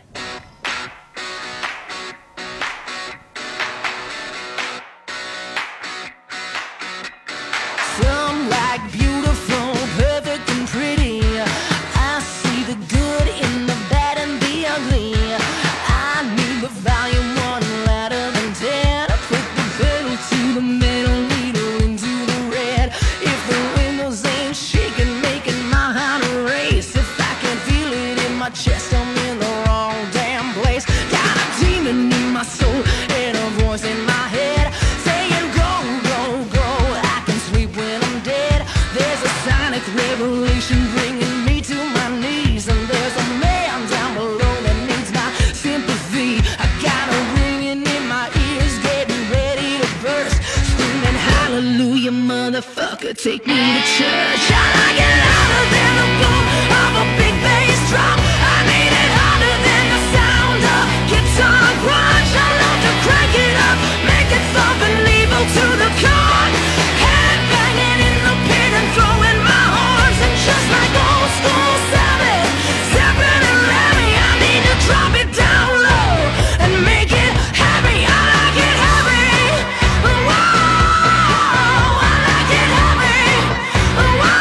Some like beautiful, perfect and pretty. I see the good in the bad and the ugly. I need the volume one louder than ten. Put the pedal to the metal, needle into the red. If the windows ain't shaking, making my heart race. If I can feel it in my chest, I'm in the wrong damn place. Got a demon in my soul and a voice in my head saying, Go, go, go. I can sleep when I'm dead. There's a sonic revelation bringing me to my knees, and there's a man down below that needs my sympathy. I got a ringing in my ears, getting ready to burst, screaming hallelujah, motherfucker, take me to church. I like it louder than the boom of a big bass drum. I need it harder than the sound of guitar grunge. I love to crank it up, make it thump and leave 'em to the con. Head banging in the pit and throwing my horns. And just like old school Sabbath, Sabbath and Lemmy, I need to drop it down low and make it heavy. I like it heavy. Whoa, I like it heavy. Whoa.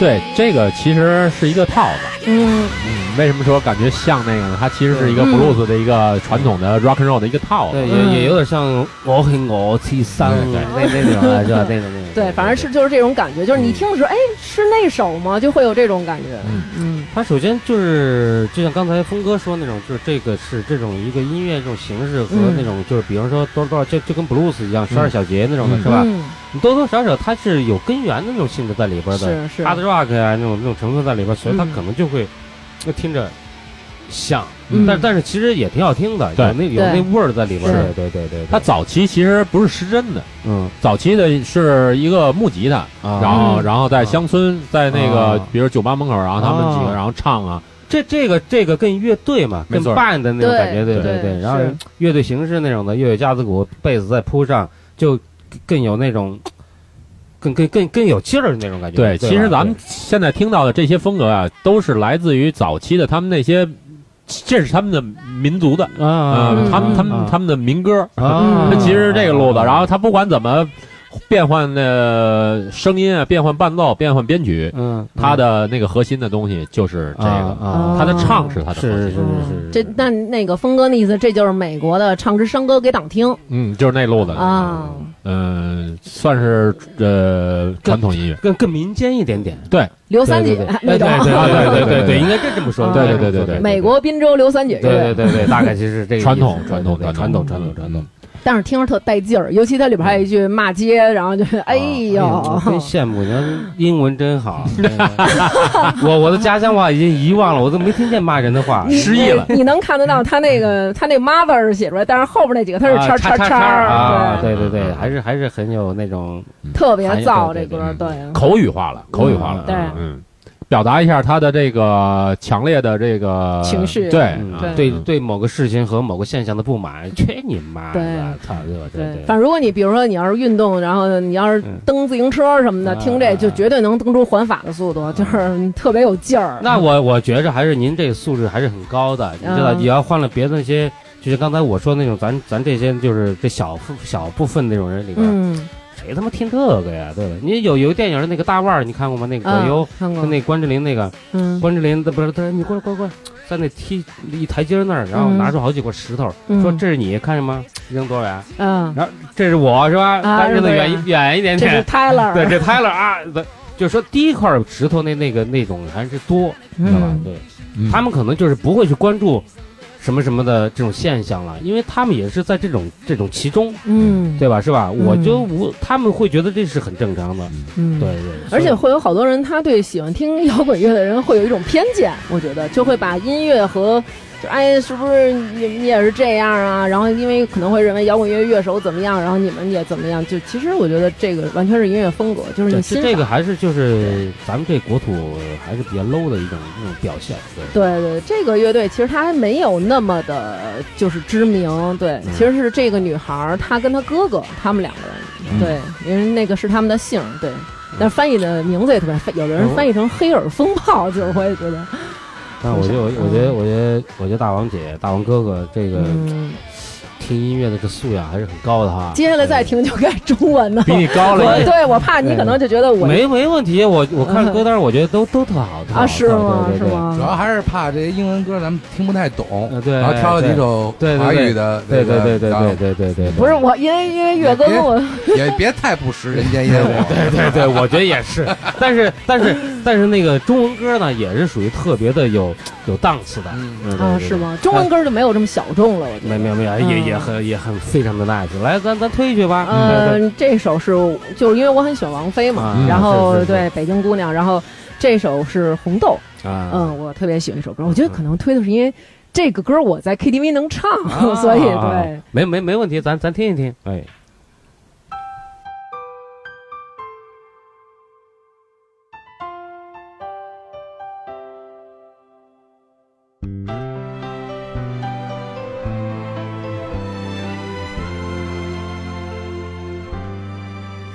对，这个其实是一个套子。
嗯
嗯，为什么说感觉像那个呢？它其实是一个
嗯
blues 的一个传统的 rock and roll 的一个套子。
对，
嗯
也也有点像我和我七三那那种来着，那个那个。
对，反正是就是这种感觉，
嗯
就是你听的时候，哎，是那首吗？就会有这种感觉。
嗯
嗯
它首先就是，就像刚才峰哥说那种，就是这个是这种一个音乐这种形式和
嗯
那种就是，比方说多少多少，就就跟 blues 一样，十二
嗯
小节那种的
嗯
是吧？
嗯
你多多少少它是有根源的那种性质在里边的
是是
，hard rock 呀、那种那种成分在里边，所以它
嗯
可能就会呃听着像，
嗯
但但是其实也挺好听的，
对
有那有
对
那味儿在里边。
是
对对对对，
它早期其实不是失真的，
嗯，
早期的是一个木吉他，
啊
然后
嗯
然后在乡村，在那个
啊
比如酒吧门口，然后他们几个
啊
然后唱啊，
这这个这个跟乐队嘛，
没
跟
错
band 的那种感觉，
对
对对
对
然后
是
乐队形式那种的，又有架子鼓、贝斯在铺上，就更有那种更更更更有劲儿的那种感觉。
对，
对吧，
其实咱们
对
现在听到的这些风格啊，都是来自于早期的他们那些，这是他们的民族的，
啊
嗯，，他们他们
啊
他们的民歌，
啊
那
嗯
其实是这个路子。然后他不管怎么变换的声音啊，变换伴奏，变换编曲，
嗯，
他的那个核心的东西就是这个，
啊
他的唱是他的核
是是是
心，
是是，
这那那个峰哥的意思，这就是美国的唱支山歌给党听
嗯，就是那路子
啊，
嗯，算是呃传统音乐，
更更民间一点点。
刘哦三姐
对对 哎
那
对
种
对。
啊对
对
对
对
对
对，应该是这么说。
对
对对对对
美国滨州刘三姐乐
对对
队，
对对，大概其实是这个
传统
意思
传统
对对对
传
传统
统
传统传统。
但是听着特带劲儿，尤其它里边还有一句骂街，然后就是哎呦，
我啊真羡慕你，英文真好。我我的家乡话已经遗忘了，我都没听见骂人的话。
你
失忆了
你你能看得到他那个他那 mother 写出来，但是后边那几个他是
嗯啊
叉
叉
叉
叉啊！
对，
对对对，还是还是很有那种
特别燥这
对对对嗯
歌，对，
口语化了，口语化了，
对
嗯，表达一下他的这个强烈的这个
情绪
对
嗯
啊
对
对对某个事情和某个现象的不满，去你妈
对
的！操，对吧对对
反正如果你比如说你要是运动，然后你要是
嗯
蹬自行车什么的，
啊嗯
听这就绝对能蹬出环法的速度，就是特别有劲儿。
那我我觉着还是您这素质还是很高的，你知道，
嗯
你要换了别的那些，就是刚才我说那种，咱咱这些就是这小部小部分那种人里边，
嗯，
谁他妈听这个呀？对吧？你有有电影那个大腕儿，你看过吗？那个葛
嗯
优
看过
跟那关之琳那个，
嗯
关之琳的不是他说你过来过来过来，在那梯一台阶那儿，然后
嗯
拿出好几块石头，
嗯
说这是你看什么？扔多远？
嗯，
然后这是我是吧？
啊
咱扔的远
扔
一远一点
这是
点。
Tyler，
对，这拍了啊，对就是说第一块石头那那个那种还是多，知道吧
嗯？
对。
嗯
他们可能就是不会去关注什么什么的这种现象了，因为他们也是在这种这种其中，
嗯
对吧？是吧？
嗯
我就无，他们会觉得这是很正常的，
嗯
对。对。
而且
所以
会有好多人，他对喜欢听摇滚乐的人会有一种偏见，我觉得就会把音乐和，就哎，是不是你你也是这样啊？然后因为可能会认为摇滚乐乐手怎么样，然后你们也怎么样，就其实我觉得这个完全是音乐风格，就是你
对
欣
这
赏。
这个还是就是咱们这国土还是比较 low 的一种一种表现，对。
对对，这个乐队其实她还没有那么的，就是知名。对，
嗯
其实是这个女孩儿，她跟她哥哥他们两个
嗯
人，对，因为那个是他们的姓儿，对。但是翻译的名字也特别，有人
哦
翻译成“黑耳风暴”，就是我也觉得，
但我就我觉得我觉得我觉得大王姐、大王哥哥这个
嗯，
听音乐的这素养还是很高的哈。
接下来再听就该中文了。
比你高
我
了一
对我怕你可能就觉得我
没没问题，我我看
嗯
歌单，我觉得都都特好。特好
啊，是吗？
对对
是
对
吗？
主要还是怕这些英文歌咱们听不太懂，
啊
呃对
然后挑了几首
对对
华语的，
对对对对
这个
对对对对，
不是我，因为因为岳哥跟
哎
我，啊
也别太不食人间烟火。
对对对，我觉得也是，但是但是但是那个中文歌呢，也是属于特别的有有档次的，
嗯，
对
啊，是？吗？中文歌就没有这么小众了，我
对
觉
对
得。
没没没有，也也很也很非常的 nice。来，咱咱推一曲吧。对，
嗯，这首是就是因为我很喜欢王菲嘛，
嗯
然后
是是是
对北京姑娘，然后这首是红豆，
对啊，
嗯，我特别喜欢这首歌，我觉得可能推的是因为这个歌我在 KTV 能唱，
啊，
所以
啊啊
对，
没没没问题，咱咱听一听。哎，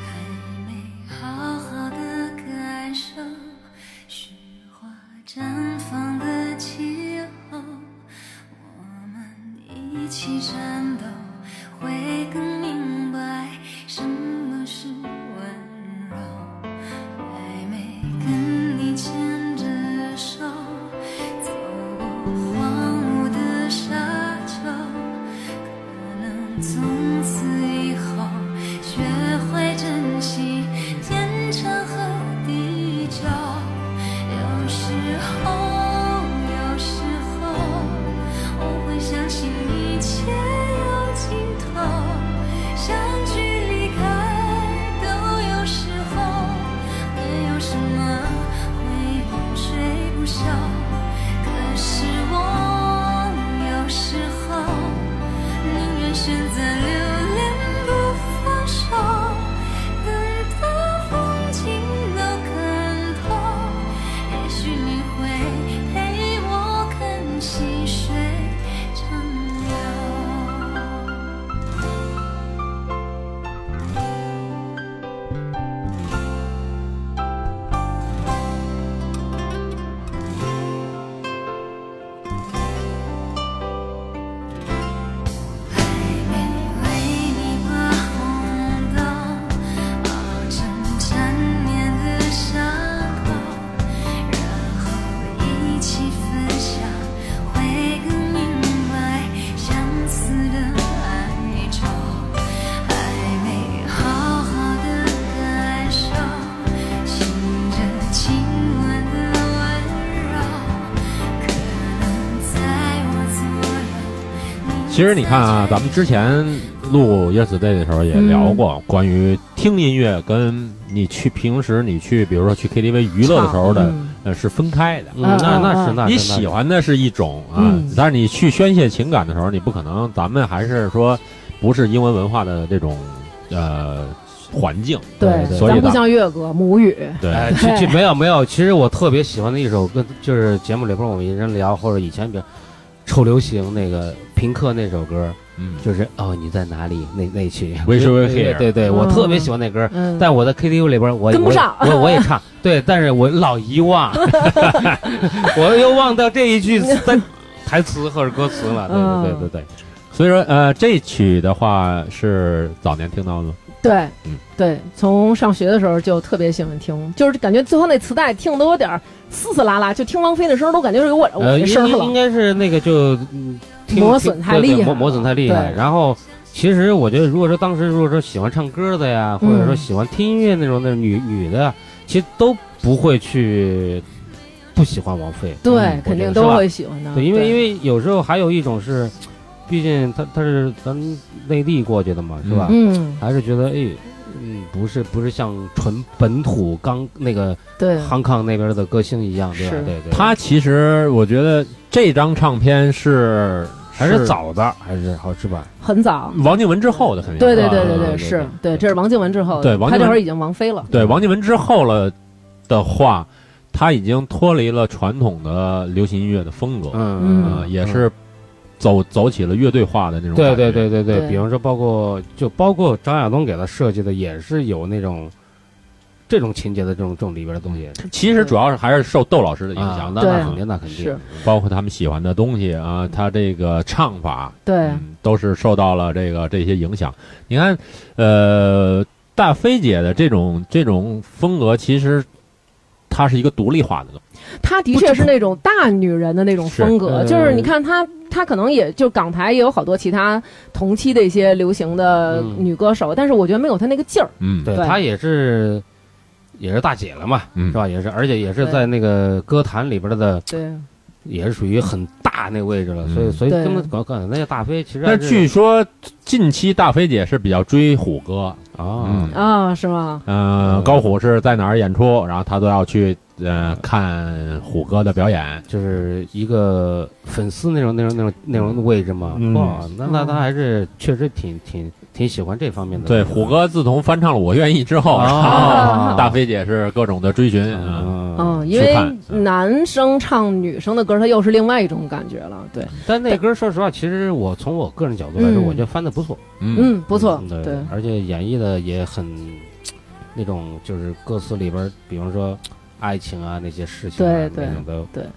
还没好好的感受雪花绽放的气候，我们一起战斗会更明
其实你看啊，咱们之前录《Yes Day》的时候也聊过关于听音乐跟你去平时你去，比如说去 KTV 娱乐的时候的，
嗯
呃，是分开的。
嗯，那
嗯
那是
嗯
那是那
你
是
喜欢的是一种啊，
嗯
但是你去宣泄情感的时候，你不可能，咱们还是说不是英文文化的这种呃环境，
对，
所以
咱不
呢
像岳哥母语，
对，
哎， 这这没有没有，其实我特别喜欢的一首歌，就是节目里边我们一人聊，或者以前比较臭流行那个平克那首歌，
嗯，
就是哦你在哪里那那曲
Wish you were here
对对，我
嗯
特别喜欢那歌，
嗯，
但我在 KTV 里边我
跟不上
我我 我也唱，对，但是我老遗忘，我又忘掉这一句单台词或者歌词了，对对对对对，
所以说呃，这曲的话是早年听到的吗，
对
嗯，
对，从上学的时候就特别喜欢听，就是感觉最后那磁带听得有点儿撕撕拉拉，就听王菲的声儿都感觉是我我
呃，
这
应
声儿
应
了，
该是那个就嗯听
磨损太
对对
厉害
磨磨损太厉害。
对
然后，其实我觉得，如果说当时如果说喜欢唱歌的呀，或者说
嗯
喜欢听音乐那种的女女的，其实都不会去不喜欢王菲。
对
嗯，
肯定
我觉得是
都
吧
会喜欢的，
对，因为因为有时候还有一种是，毕竟她她是咱们内地过去的嘛，是吧？
嗯，
还是觉得哎。嗯，不是不是像纯本土刚那个
对，
康康那边的歌星一样，对吧
是？
对对，
它其实我觉得这张唱片是
还是早的，还是好是吧？
很早，
王靖雯之后的，肯定
对对
是吧
嗯
对对
啊对对
对，是对，这是王靖雯之后的，
对王
她
靖雯
这会儿已经王菲了，
对王靖雯之后了的话，他已经脱离了传统的流行音乐的风格，
嗯
呃也是走走起了乐队化的那种
对
感觉
对对对对，
对
比方说包括就包括张亚东给他设计的，也是有那种这种情节的这种这种里边的东西
其实主要是还是受窦老师的影
啊
响，
那
的，
那
对
肯定那肯定
是，
包括他们喜欢的东西啊，他这个唱法，
对，
嗯，都是受到了这个这些影响。你看，呃，大飞姐的这种这种风格，其实它是一个独立化的东西，
她的确是那种大女人的那种风格，
是呃
就是你看她，她可能也就港台也有好多其他同期的一些流行的
嗯
女歌手，但是我觉得没有她那个劲儿，
嗯
对
对
他也是也是大姐了嘛，
嗯
是吧？也是，而且也是
对
在那个歌坛里边的，
对，
也是属于很大那个位置了，所以
嗯
所以
对
根本搞搞那个大飞其实还
但
是
据说近期大飞姐是比较追虎哥，
啊，
啊，是吗？
嗯、
嗯
高虎是在哪儿演出，然后她都要去呃看虎哥的表演。
就是一个粉丝那种那种那种那种位置嘛，
嗯
哇，那那
嗯
他还是确实挺挺挺喜欢这方面的，
对，虎哥自从翻唱了《我愿意》之后，
哦
大飞姐是各种的追寻啊。
嗯，
嗯，
去
因为
看嗯
男生唱女生的歌，它又是另外一种感觉了。对，
但那歌说实话，其实我从我个人角度来说，
嗯
我觉得翻的不错，
嗯
嗯，不错
嗯，对
对，
而且演绎的也很那种，就是歌词里边儿，比方说爱情啊那些事情啊，
对对
那种的，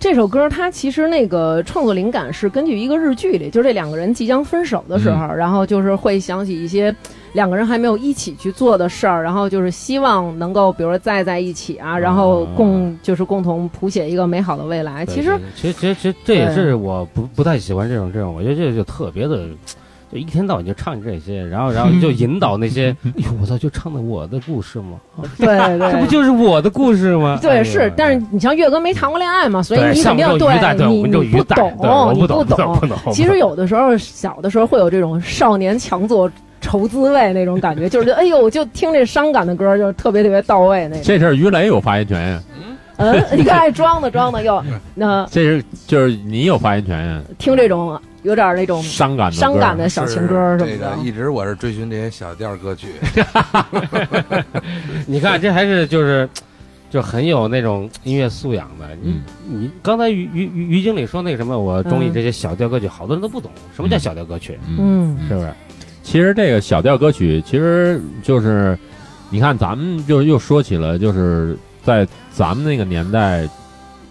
这首歌它其实那个创作灵感是根据一个日剧里，就是这两个人即将分手的时
嗯
候，然后就是会想起一些两个人还没有一起去做的事儿，然后就是希望能够，比如说再在一起啊，然后共就是共同谱写一个美好的未来。
对
其实，
其实其实其实这也
对
是我不不太喜欢这种这种，我觉得这就特别的。就一天到晚就唱这些，然后然后
嗯
就引导那 些，哎呦我操，就唱的我的故事吗？
对 对，
这不就是我的故事吗？哎
对，
呦
是，但是你像岳哥没谈过恋爱嘛，所以你肯定
像我们这种鱼蛋对
你
我们这种
你
鱼
不
蛋对我
懂，哦你
不懂 不懂
懂
不懂。
其实有的时候，小的时候会有这种少年强作愁滋味那种感觉，就是觉得哎呦，我就听这伤感的歌，就是特别特别到位那种。
这事儿于雷有发言权呀，
嗯， 你看装的装的又，那
这是就是你有发言权呀。
听这种有点那种
伤感的歌
伤感的小情歌什
这
么的，
个一直我是追寻这些小调歌曲，
你看，这还是就是，就很有那种音乐素养的。
嗯
你、你刚才于于于于经理说那个什么，我中意这些小调歌曲，好多人都不懂什么叫小调歌曲，
嗯
是不是？
其实这个小调歌曲，其实就是你看，咱们就又说起了，就是在咱们那个年代，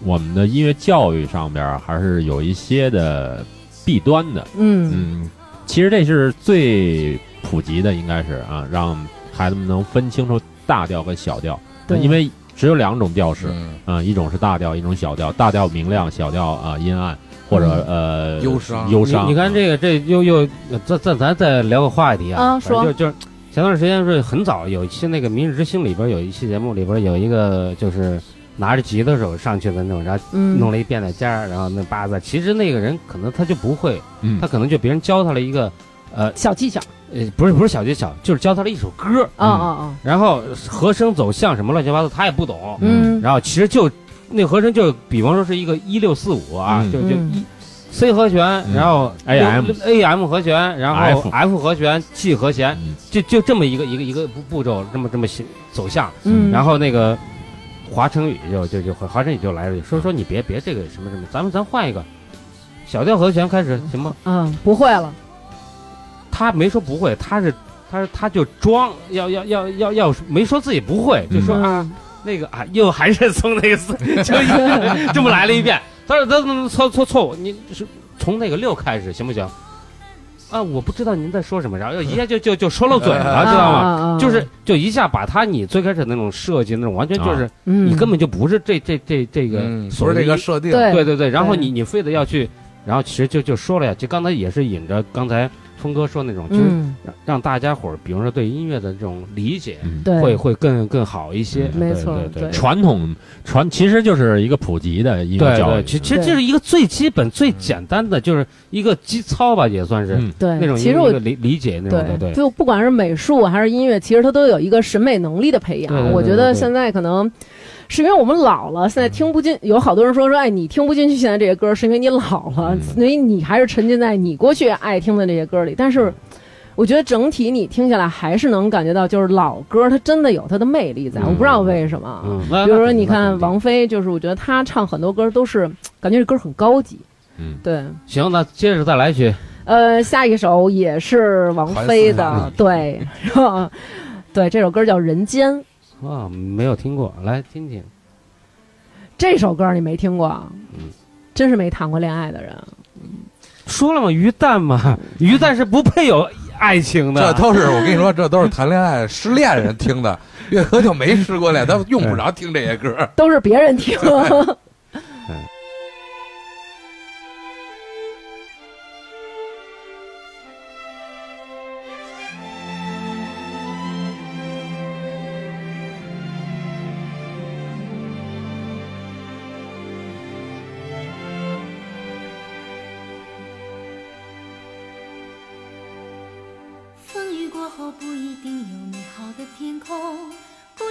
我们的音乐教育上边儿还是有一些的弊端的。
嗯
嗯，其实这是最普及的，应该是啊，让孩子们能分清楚大调和小调，
对
因为只有两种调式。
嗯
啊、一种是大调，一种小调。大调明亮，小调啊、阴暗或者呃
忧伤
忧伤。
你你看这个这又又，咱咱咱再聊个话题啊，
啊
反正
说
就就是前段时间是很早有一期那个《明日之星》里边有一期节目里边有一个就是拿着吉他手上去的那种，然后
嗯，
弄了一变态尖儿，然后那八字。其实那个人可能他就不会，
嗯
他可能就别人教他了一个，呃
小技巧，
呃，不是不是小技巧，就是教他了一首歌，
啊啊啊，
然后和声走向什么乱七八糟他也不懂，
嗯，
然后其实就那和声就比方说是一个一六四五啊，
嗯
就就
嗯
一 C 和弦，然后
AM
A M 和弦，然后
F
F 和弦，G 和弦，
嗯
就就这么一个一个一个步步骤，这么这么行走向，
嗯，
然后那个。华晨宇就就就华晨宇就来了，说说你别别这个什么什么，咱们咱换一个，小调和弦开始行吗？
嗯，不会了，
他没说不会，他是他是他就装，要要要要要没说自己不会，就说
嗯
啊那个啊，又还是从那个四就一这么来了一遍。他说他怎么错错错误？你是从那个六开始行不行？啊，我不知道您在说什么，然后一下就就就说漏嘴了，啊知道吗？
吗
就是就一下把他你最开始那种设计那种，完全就是
你
你根本就不是这这这这个
嗯
所
不
谓的
是这个
一
设定，
对
对对对，然后
对
你你非得要去，然后其实就就说了呀，就刚才也是引着刚才峰哥说那种，就是
嗯，
让让大家伙儿，比如说对音乐的这种理解，
嗯
对，
会会更更好一些。
没
对
错
对对
对
传统传其实就是一个普及的音乐
对
教育
对，，其其实
对
这是一个最基本、最简单的，就是一个基操吧，也算是
嗯
对，
那种
其
一
实
个
我
一个理理解那种的。对，
就不管是美术还是音乐，其实它都有一个审美能力的培养。
对对对
我觉
对
得
对
现在可能是因为我们老了，现在听不进。有好多人说说，哎，你听不进去现在这些歌，是因为你老了
嗯，
所以你还是沉浸在你过去爱听的这些歌里。但
嗯
是。我觉得整体你听下来还是能感觉到，就是老歌它真的有它的魅力在，
嗯
我不知道为什么。啊
嗯，那
比如
那
说，
肯定
你
那
看
肯定
王菲，就是我觉得她唱很多歌都是感觉这歌很高级。
嗯，
对。
行，那接着再来一曲，
呃，下一首也是王菲
嗯
的，对， 然后对，这首歌叫《人间》，
啊，没有听过，来听听。
这首歌你没听过啊？
嗯
真是没谈过恋爱的人，
说了嘛，鱼蛋 嘛，鱼蛋是不配有爱情
这
的。
都是我跟你说，这都是谈恋爱失恋人 听的。岳哥就没失过恋，他用不着听这些歌。
都是别 人听。
风雨过后不一定有美好的天空，不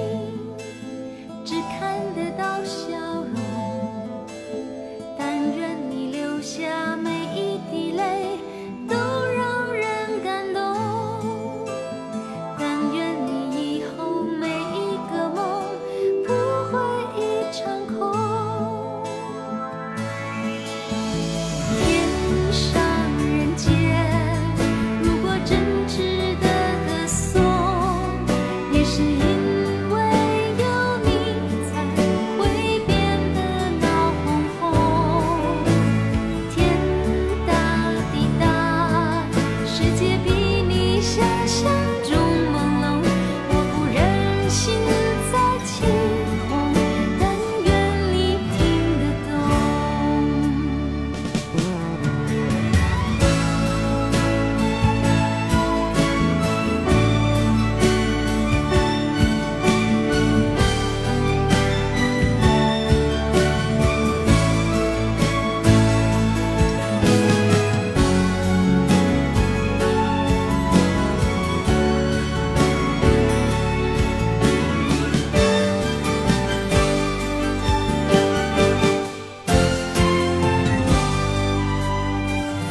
只看得到笑容，但愿你流下每一滴泪都让人感动，但愿你以后每一个梦不会一场空。天上人间，如果真值得歌颂，也是因为有你才会变得闹哄哄。天大地大，世界比你想象中朦胧，我不忍心再起哄，但愿你听得懂。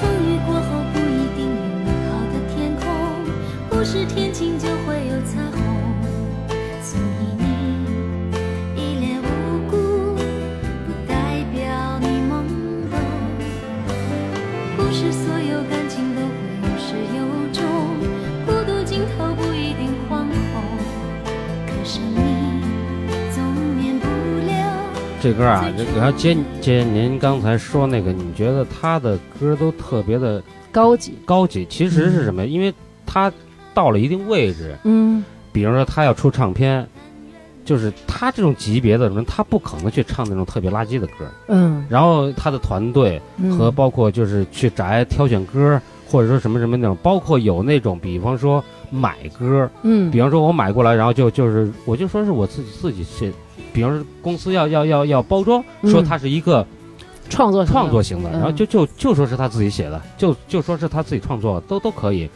风雨过后不一定有美好的天空，不是天晴就会有彩虹。所以你一脸无辜，不代表你懵懂。不是所有感情都会有始有终，孤独尽头不一定惶恐。可是你总免不了。
这歌啊，这然后接接您刚才说那个，你觉得他的歌都特别的
高级，
高级，其实是什么？因为他到了一定位置，
嗯，
比如说他要出唱片，就是他这种级别的人，他不可能去唱那种特别垃圾的歌。
嗯
然后他的团队
嗯
和包括就是去宅挑选歌，或者说什么什么那种，包括有那种，比方说买歌，
嗯
比方说我买过来，然后就就是我就说是我自己自己去，比方说公司要要要要包装，
嗯
说它是一个
创作
创作型的，
嗯
然后就就就说是他自己写的，就就说是他自己创作的，都都可以。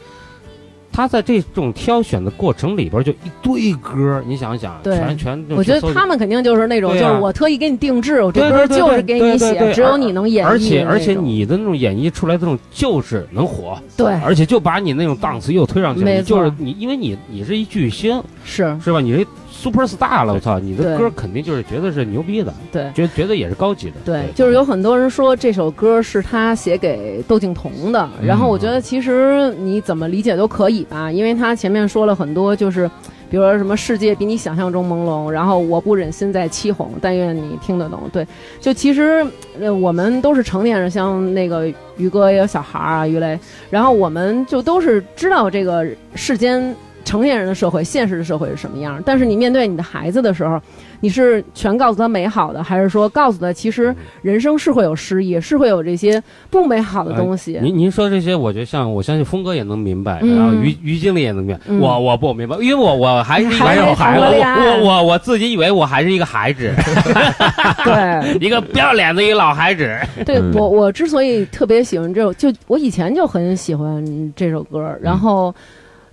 他在这种挑选的过程里边，就一堆歌，你想想，
对
全全
我觉得他们肯定就是那种，
对
就
啊
是我特意给你定制，我这
对
歌
对对
就是给你
对对对
写，
对
只有你能演绎。
而且而且，你的那种演绎出来的那种就是能 火，
对，
而且就把你那种档次又推上去了。
没
你就是
错
你，因为你你是一巨星，
是
是吧？你是 super star 了，我操，你
对
的歌肯定就是觉得是牛逼的，
对
觉觉得也是高级的。
对，就是有很多人说这首歌是他写给窦靖童的，然后我觉得其实你怎么理解都可以吧，因为他前面说了很多，就是比如说什么世界比你想象中朦胧，然后我不忍心再欺哄，但愿你听得懂。对，就其实呃我们都是成年人，像那个于哥也有小孩儿啊，于雷，然后我们就都是知道这个世间。成年人的社会，现实的社会是什么样？但是你面对你的孩子的时候，你是全告诉他美好的，还是说告诉他其实人生是会有失意，是会有这些不美好的东西？
您您说这些，我觉得像我相信峰哥也能明白，
嗯
然后于于经理也能明白。
嗯
我我不明白，因为我我还是一个
还没谈过恋爱
我我我我自己以为我还是一个孩 子，
对，
一个不要脸的一个老孩子。
对
嗯
我我之所以特别喜欢这首，就我以前就很喜欢这首歌，然后，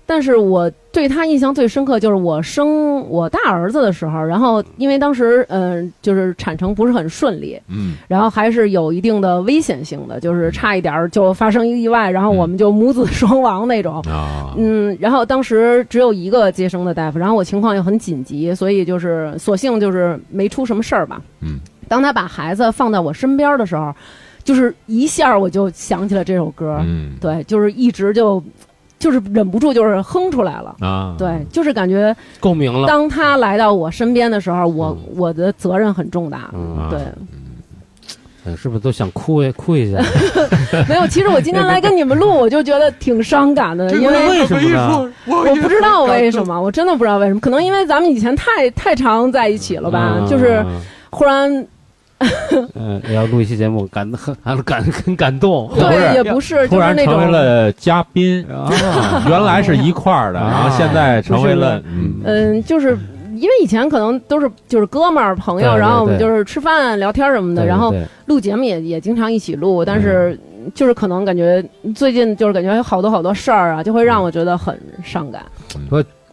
但是我对他印象最深刻就是我生我大儿子的时候，然后因为当时嗯、就是产程不是很顺利，
嗯，
然后还是有一定的危险性的，就是差一点儿就发生意外，然后我们就母子双亡那种。
啊，
嗯，然后当时只有一个接生的大夫，然后我情况又很紧急，所以就是嗯索性就是没出什么事儿吧。
嗯，
当他把孩子放在我身边的时候，就是一下我就想起了这首歌，
嗯，
对，就是一直就就是忍不住就是哼出来了。
啊，
对，就是感觉
共鸣了，
当他来到我身边的时候，我我的责任很重大。
嗯，
嗯啊
对，
嗯是不是都想哭呀哭 一下？
没有，其实我今天来跟你们录，我就觉得挺伤感的，因为
为什么呢？
我不知道为什么，我真的不知道为什么，可能因为咱们以前太太常在一起了吧，
嗯
就是忽然
嗯，要录一期节目，感很 很感很感动，
对也不是，
突
就是
然
那
成为
种
了嘉宾，
啊，
原来是一块儿的，
啊
然后现在成为了，嗯，
嗯，就是因为以前可能都是就是哥们儿朋友，
对对
然后我们
对
就是吃饭聊天什么的，
对
然后
对
录节目也也经常一起录，但是就是可能感觉最近就是感觉有好多好多事儿啊，就会让我觉得很伤感。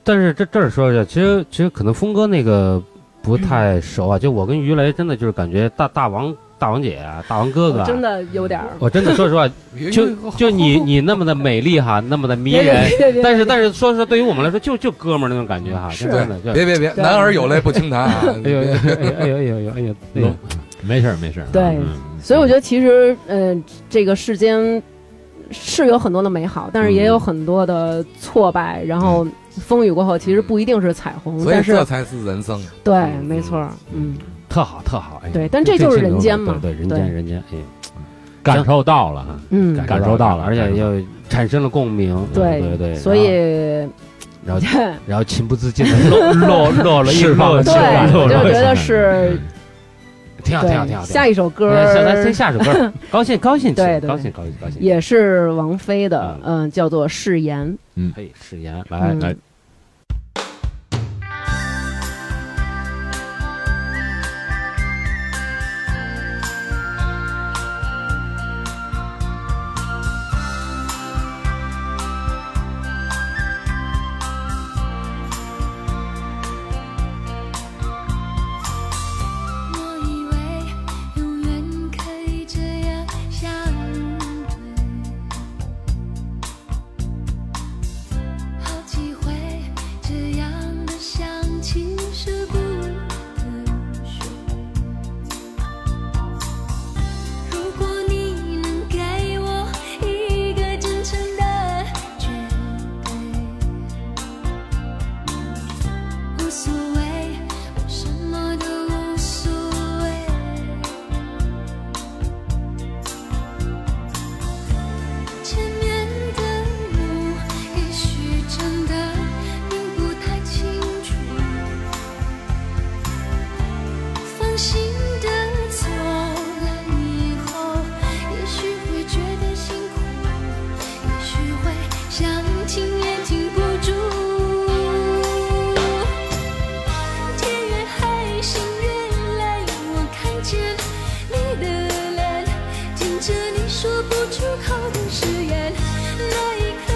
但是这这儿说一下，其实其实可能峰哥那个不太熟啊，就我跟于雷真的就是感觉大大王大王姐啊，大王哥哥、啊，
哦真，的有点儿
我真的说实话，就 就你你那么的美丽哈，那么的迷人，
别别别
但是但是说实话，对于我们来说，就就哥们儿那种感觉哈，
是
真的就。
别别别，
对
男儿有泪不轻弹啊！
哎 呦哎呦哎呦哎呦哎呦哎呦！哎呦
嗯没事儿没事儿，
对
嗯
所以我觉得其实，嗯、这个世间是有很多的美好，但是也有很多的挫败，然后风雨过后，其实不一定是彩虹，
所以
但
这
是
才是人生。
对，没错，嗯，
特好特好，哎呦，
对，但这就是人间嘛，
对对，人间人间，哎，
感受到了哈，
嗯，
感感受到了
而且
感受到
又产生了共鸣，
对
对对，
所
然后然
以
后然后情不自禁的 落落落了一
释放
落
了
对
情感，
我就
落了
觉得
情感
是
挺好挺好挺
对，
好。
下一首歌
那哎下咱先下首 歌，高兴高兴起，
对对
高兴高兴高兴。
也是王菲的，嗯，叫做《誓言》。
可以誓言来
嗯
来，
我以为永远可以这样相对，好几回心的走了以后，也许会觉得辛苦，也许会想停也停不住。天越黑，心越累，我看见你的脸，听着你说不出口的誓言。那一刻，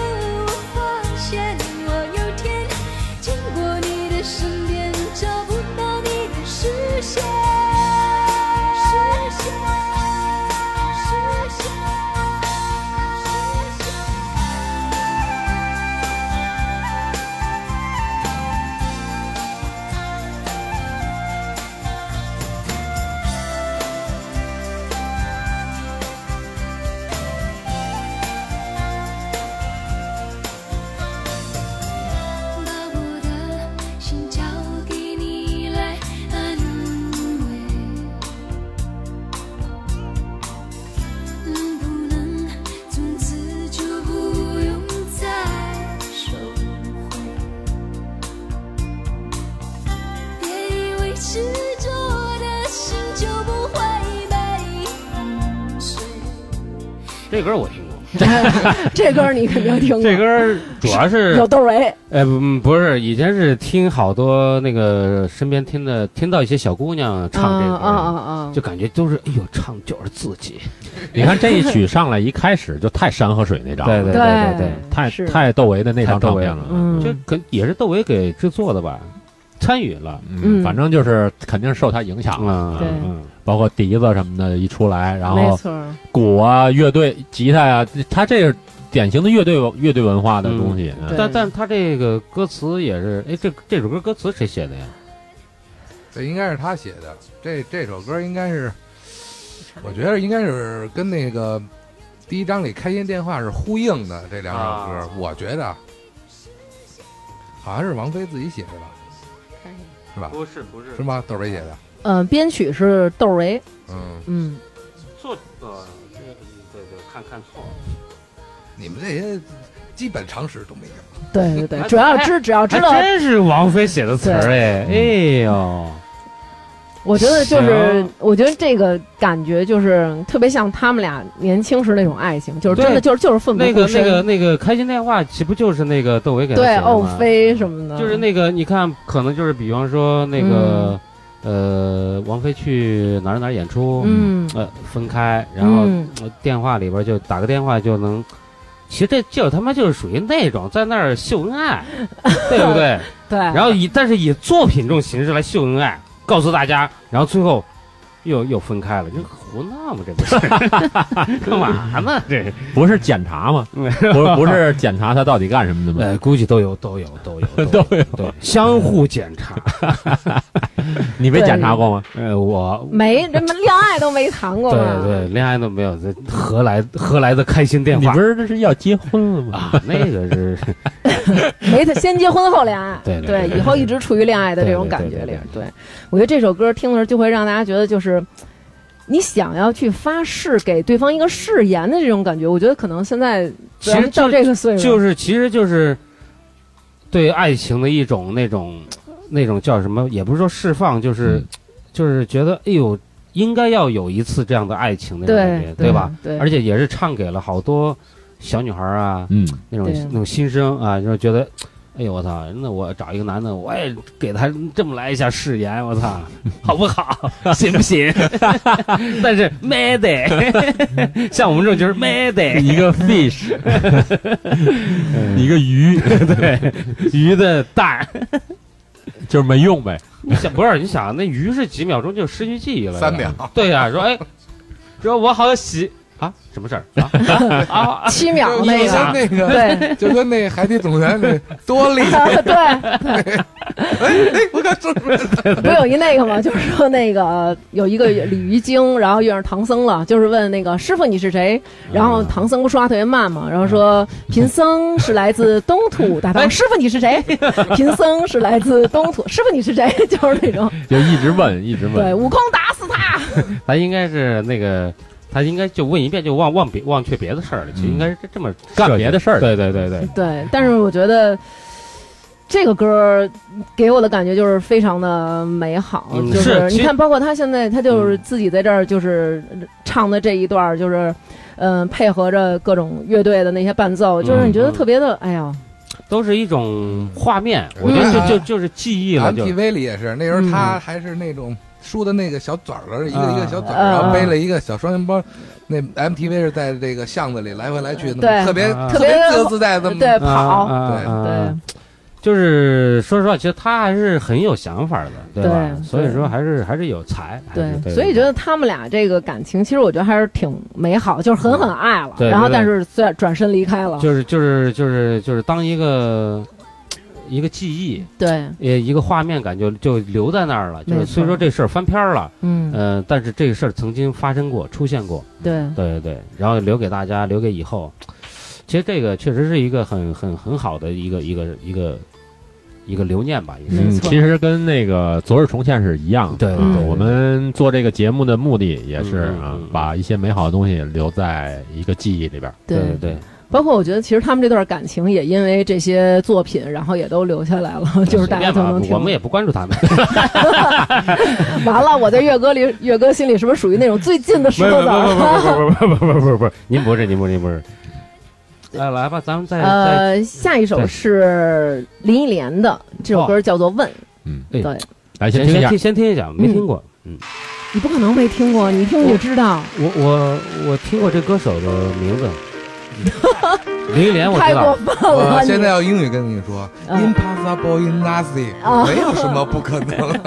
我发现我有天经过你的身边，找不到你的视线。视线，视线，视线。把我的心交给你来安慰，能不能从此就不用再收回？别以为执着的心就不会被碎。
这歌我听过，
这歌你肯定听过，
这歌主要是
有窦唯，
呃，不不是，以前是听好多那个身边听的，听到一些小姑娘唱这个，
啊啊啊！
就感觉都是，哎呦，唱就是自己。
你看这一曲上来一开始就太山和水那张了，
对
对
对对
太
是
太窦唯的那
太
张唱
窦唯
片了，
嗯
这可也是窦唯给制作的吧，参与了。
嗯，
嗯
反正就是肯定是受他影响
嗯，
了，
对
嗯
包括笛子什么的一出来，然
没
后
错儿，
鼓啊、乐队、吉他呀、他这是典型的乐队乐队文化的东西。嗯
嗯对
但但他这个歌词也是，哎，这这首歌歌词谁写的呀？
这应该是他写的。这这首歌应该是，我觉得应该是跟那个第一章里开心电话是呼应的这两首歌。
啊
我觉得啊好像是王菲自己写的吧，是吧？
是不是
是吗？窦唯写的。
嗯，编曲是窦唯，
嗯，
嗯，
作呃，对对，看看错了。
你们这些基本常识都没有。
对对对，
哎
主要知只要知道
哎
还，真是王菲写的词儿哎，哎呦，
嗯我觉得就是
行，
我觉得这个感觉就是特别像他们俩年轻时那种爱情，就是真
对
的就是就是奋不
那
顾
个那
身，
个那个开心电话岂不就是那个窦唯给他
对哦
写的
欧
吗？
菲什么的，
就是那个你看，可能就是比方说那个、呃，王菲去哪儿哪儿演出，
嗯
呃，分开，然后、
嗯
呃电话里边就打个电话就能。其实这就他妈就是属于那种在那儿秀恩爱，对不 对？
对，
然后以但是以作品这种形式来秀恩爱，告诉大家，然后最后又又分开了，这胡闹嘛，这不是 干嘛呢？这
不是检查吗？不不是检查他到底干什么的吗？
呃，估计都有都有都 有都有对相互检查。
你被检查过吗？
呃，我
没人们恋爱都没谈过
对
嘛，
对，恋爱都没有，这何来何来的开心电
你
话
不？是这是要结婚了吗？
啊，那个 是
没他先结婚后恋爱，
对对对
以后一直处于恋爱的这种感觉里边。对我觉得这首歌听的时候就会让大家觉得就是。你想要去发誓给对方一个誓言的这种感觉，我觉得可能现在
其实
到
就
这个岁数，
就是其实就是对爱情的一种那种那种叫什么，也不是说释放，就是、
嗯
就是觉得哎呦，应该要有一次这样的爱情那种感觉，
对
吧？？
对，
而且也是唱给了好多小女孩啊，
嗯，
那种
对啊
那种心声啊，就是觉得，哎呦我操，那我找一个男的，我也给他这么来一下誓言，我操，好不好？行不行？但是没得，像我们这种就是没得，
一个 fish，一个鱼，
对鱼的蛋，
就是没用呗。
你想不是？你想那鱼是几秒钟就失去记忆了，
三秒。
对呀、说哎，说我好喜啊，什么事儿啊啊啊？
七秒
就
那
就
个，
跟那个，
啊对
就跟那海底总动员那多利，哎
对，
哎，我看说什么？
不是有一那个吗？就是说那个有一个鲤鱼精，然后遇上唐僧了，就是问那个师傅你是谁？然后唐僧不说话特别慢嘛，然后说贫僧是来自东土大唐，师傅你是谁？贫僧是来自东土，师傅你是谁？ 就是那种
就一直问，一直问。
对，悟空打死他。
他应该是那个，他应该就问一遍就忘忘别忘却别的事儿了，其实应该是这么
干别的事儿
对对对对，
对，但是我觉得这个歌儿给我的感觉就是非常的美好，
嗯
就是
其
你
实
看，包括他现在他就是
嗯
自己在这儿就是唱的这一段儿就是。嗯，配合着各种乐队的那些伴
嗯
奏，就是你觉得特别的，哎呀，
都是一种画面，我觉
嗯
得就就就是记忆
嗯
了，就嗯
MTV 里也是，那时候他还是那种梳的那个小嘴儿，一个
啊
一个小嘴儿，
啊
然后背了一个小双肩包。那 MTV 是在这个巷子里来回来去，那么
对
特别
啊
特别自由自在这么
对，
啊
跑，
啊
对
啊
对，
就是说实话，其实他还是很有想法的，对吧？
对
所以
对
说还是还是有才，还是
对，所以觉得他们俩这个感情，其实我觉得还是挺美好，就是狠狠爱了，
对
然后
对对
但是虽然转身离开了，
就是就是就是就是当一个一个记忆，
对，
也一个画面感就就留在那儿了。就
没
是
错
虽说这事儿翻篇儿了，
嗯，
嗯、但是这个事儿曾经发生过，出现过，
对，
对对对，然后留给大家，留给以后。其实这个确实是一个很很很好的一个一个一个一个留念吧，也是。
没
嗯，
错
其实跟那个《昨日重现》是一样的。
对对
啊
对
我们做这个节目的目的也是
嗯嗯
啊
嗯，
把一些美好的东西留在一个记忆里边儿。
对对对，
包括我觉得，其实他们这段感情也因为这些作品，然后也都留下来 了，就是大家
随便
都
吧
能听。
我们也不关注他们。
完了，我在岳哥里，岳哥心里是不是属于那种最近的啊石头子儿？
不不不不不不不不不，您不是您不是您不是。来来吧，咱们再再
呃，下一首
对
是林忆莲的，这首歌叫做《问》，
嗯，
对
对，
来先
先
听一
先
下
听。先听一下，没听过。嗯，
你不可能没听过，你一听你就知道，
我我我听过这歌手的名字，林忆莲我
太
知
过
道。
分
我
了。
现在要英语跟你说
嗯
，impossible in nothing，
啊
没有什么不可能。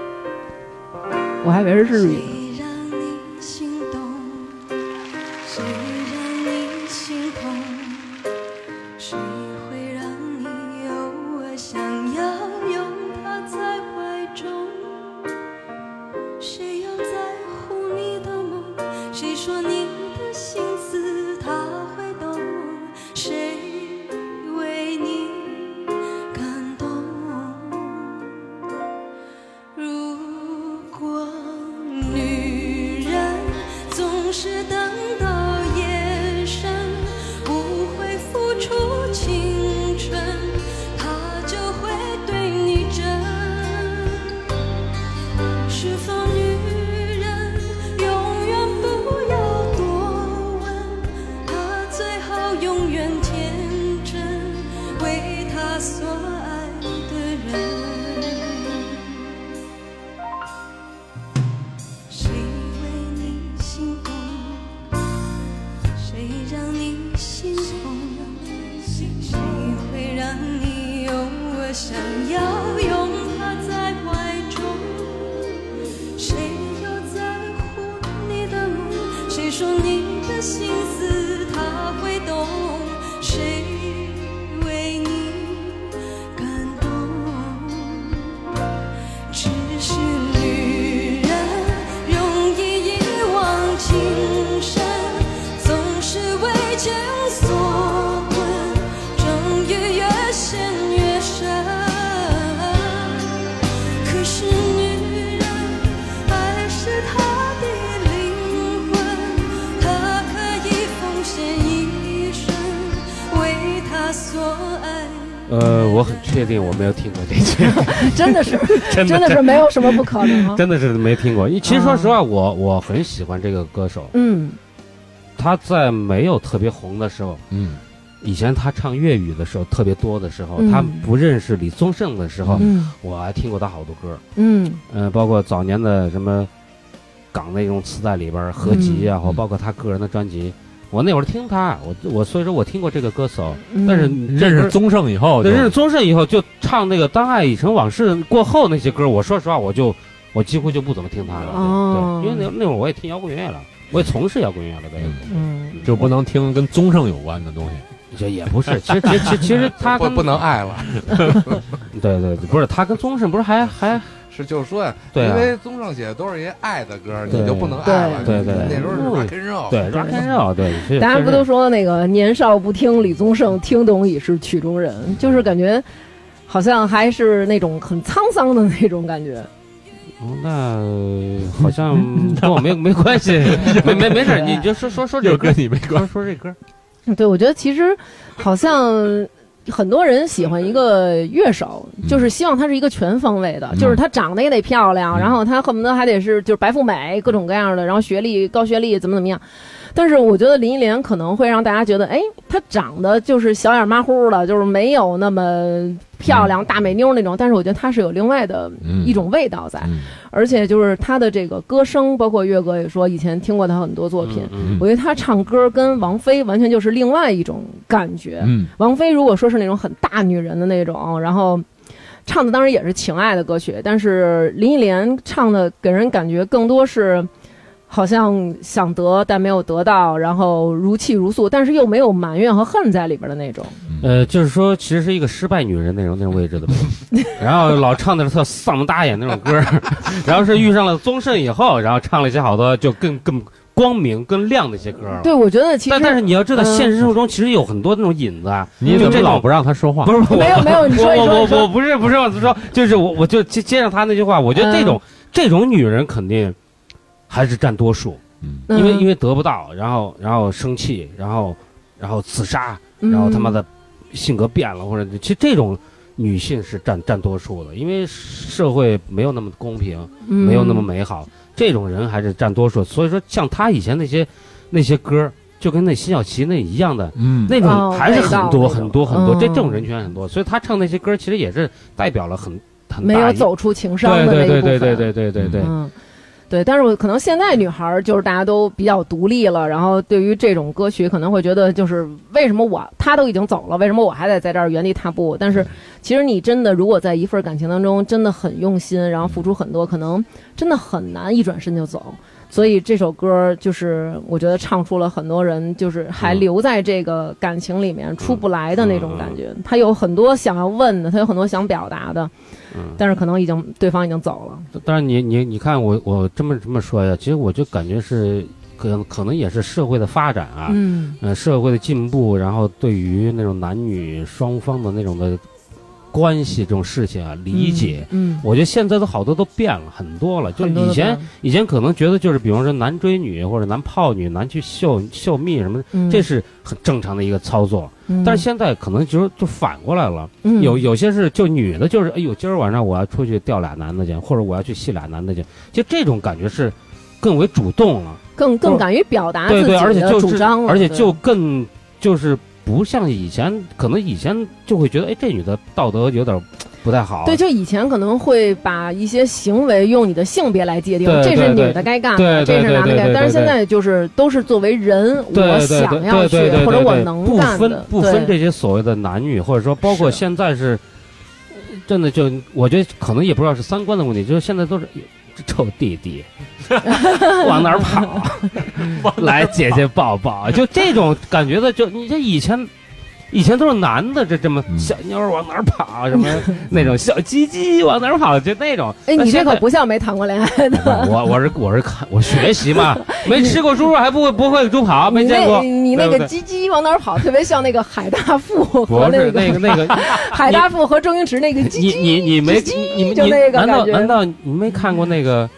你我还以为是日语呢。
谁让你心动？谁让你心痛？谁会让你有我想要拥抱在怀中？谁又在乎你的梦？谁说你的心思他会懂？谁为你感动？如果女人总是等到夜深，不会付出青春，她就会对你真。是否女人永远不要多问，她最好永远天真，为她所爱的人。谁为你心动？谁让你心痛？谁会让你有我想要拥抱在怀中？谁又在乎你的梦？谁说你的心思他会懂？谁为你感动？只是女人容易一往情深，总是为情所困，终于越陷越深。可是女人爱是她的灵魂，她可以奉献一生，为她所爱。
呃，我很确定我没有听过这些，
真的是，
真的
真的是没有什么不可 能。
真的是没听过。因为其实说实话，我我很喜欢这个歌手，
嗯，
他在没有特别红的时候，
嗯，
以前他唱粤语的时候特别多的时候，
嗯
他不认识李宗盛的时候，
嗯
我还听过他好多歌。
嗯
嗯、包括早年的什么港那种磁带里边儿合集
嗯
啊，或包括他个人的专辑，我那会儿听他，我我所以说我听过这个歌手，
嗯，
但是这
认识宗盛以后
歌
就，
哦
对认识宗盛以后，就唱那个《当爱已成往事》过后那些歌，我说实话，我就我几乎就不怎么听他了，对
哦
对，因为那那会儿我也听摇滚乐了，我也从事摇滚乐了，对。
嗯
嗯，
就不能听跟宗盛有关的东西。
这也不是，其实其实其实其实 他
不
跟
不能爱了，
对对对，不是他跟宗盛不是还还
是就是说呀，
对啊
因为综上写的都是一些爱的歌，你
对
就不能爱了。
对对对
那时候是 rock and roll，
对 rock and roll 对，是
大家
真
不
是
都说那个年少不听李宗盛，听懂已是曲中人，就是感觉好像还是那种很沧桑的那种感觉。
哦，那好 像跟我没没关系，没没没事儿，你就说说说这
又
歌
跟，你没关
说说这歌，
对，我觉得其实好像很多人喜欢一个乐手，就是希望她是一个全方位的，
嗯
就是她长得也得漂亮，
嗯
然后她恨不得还得是就是白富美各种各样的，然后学历高学历怎么怎么样。但是我觉得林忆莲可能会让大家觉得，哎，她长得就是小眼马虎的，就是没有那么漂亮大美妞那种。但是我觉得她是有另外的
嗯
一种味道在，
嗯
而且就是她的这个歌声，包括岳哥也说以前听过她很多作品，
嗯
我觉得她唱歌跟王菲完全就是另外一种感觉。
嗯
王菲如果说是那种很大女人的那种，然后唱的当然也是情爱的歌曲，但是林忆莲唱的给人感觉更多是好像想得但没有得到，然后如泣如诉，但是又没有埋怨和恨在里边的那种。
呃，就是说，其实是一个失败女人那种那种位置 的呗，然后老唱的是特丧门大眼那种歌儿， 然后是遇上了宗盛以后，然后唱了一些好多就更更光明、更亮的一些歌儿了。
对，我觉得其实
但但是你要知道，
嗯
现实生活中其实有很多那种引子啊，
你怎
就
么
这
老
种
不让他说话？
不是
没有没有，你
我
说你
我
说
我
你说
我不是不是我是说，就是我我就接接上他那句话，我觉得这
嗯
种、这种女人肯定还是占多数，
嗯
嗯
因为因为得不到，然后然后生气，然后然后自杀，
嗯
然后他妈的性格变了，或者其实这种女性是占占多数的，因为社会没有那么公平，没有那么
嗯
美好，这种人还是占多数。所以说，像他以前那些那些歌儿，就跟那辛晓琪那一样的，
嗯
那种
哦
还是
味
很
道
多
那种
很多很多，这这
嗯
种人群还很多，所以他唱那些歌其实也是代表了很很
没
大
有
一
走出情伤
对
的那一
对
部
对
分。
对对对对对对，
嗯，对，但是我可能现在女孩儿就是大家都比较独立了，然后对于这种歌曲可能会觉得就是为什么我她都已经走了，为什么我还得在这儿原地踏步？但
嗯
是其实你真的如果在一份感情当中真的很用心，然后
嗯
付出很多，可能真的很难一转身就走。所以这首歌就是我觉得唱出了很多人就是还
嗯
留在这个感情里面出不来的那种感
嗯
觉，他有很多想要问的，他有很多想表达的，
嗯。
但是可能已经对方已经走了。
但是你你你看我我这么这么说呀，其实我就感觉是可可能也是社会的发展啊，
嗯
呃，社会的进步，然后对于那种男女双方的那种的关系这种事情啊，理解。
嗯，
我觉得现在都好多都变了很多了，就是
很多
以
的
前
吧，
以前可能觉得就是，比方说男追女或者男泡女、男去秀秀蜜什么的，
嗯
这是很正常的一个操作。
嗯
但是现在可能就就反过来了，
嗯
有有些是就女的，就是哎呦，今儿晚上我要出去钓俩男的去，或者我要去戏俩男的去，就这种感觉是更为主动了，
更更敢于表达
对
自己
对，而且
的
就
主
是
张了，
而且
对
就更就是不像以前，可能以前就会觉得哎，这女的道德有点不太好，
对，就以前可能会把一些行为用你的性别来界定，
对
这是
对对
女的该干
对
的，
对
这是男的
对对
该
对
干，但
对
是现在就是都是作为人，
对
我
对对
想要
对
去
对对
或者
对
我
对
能
不
干
分
的，
不分
对
这些所谓的男女，或者说包括
是
现在是，呃真的就我觉得可能也不知道是三观的问题，就是现在都是这 臭弟 弟往哪儿跑， 来姐姐抱抱，就这种感觉的，就你这以前。以前都是男的，这这么
嗯
小妞儿往哪儿跑，啊 什么那种小鸡鸡往哪儿跑，就那种。
哎，
那
你这
现在
可不像没谈过恋爱的，
我我是我是看我学习嘛，没吃过猪肉还不会不会猪跑， 没
你
见过
那。你那
对不
个
对
鸡鸡往哪儿跑，特别像那个海大 富和
不是那 个
个
那个
海大富和周星驰那个鸡
你
鸡，
你你没
叽叽
你你
就
你
那个
难道
感觉嗯
难道你没看过那个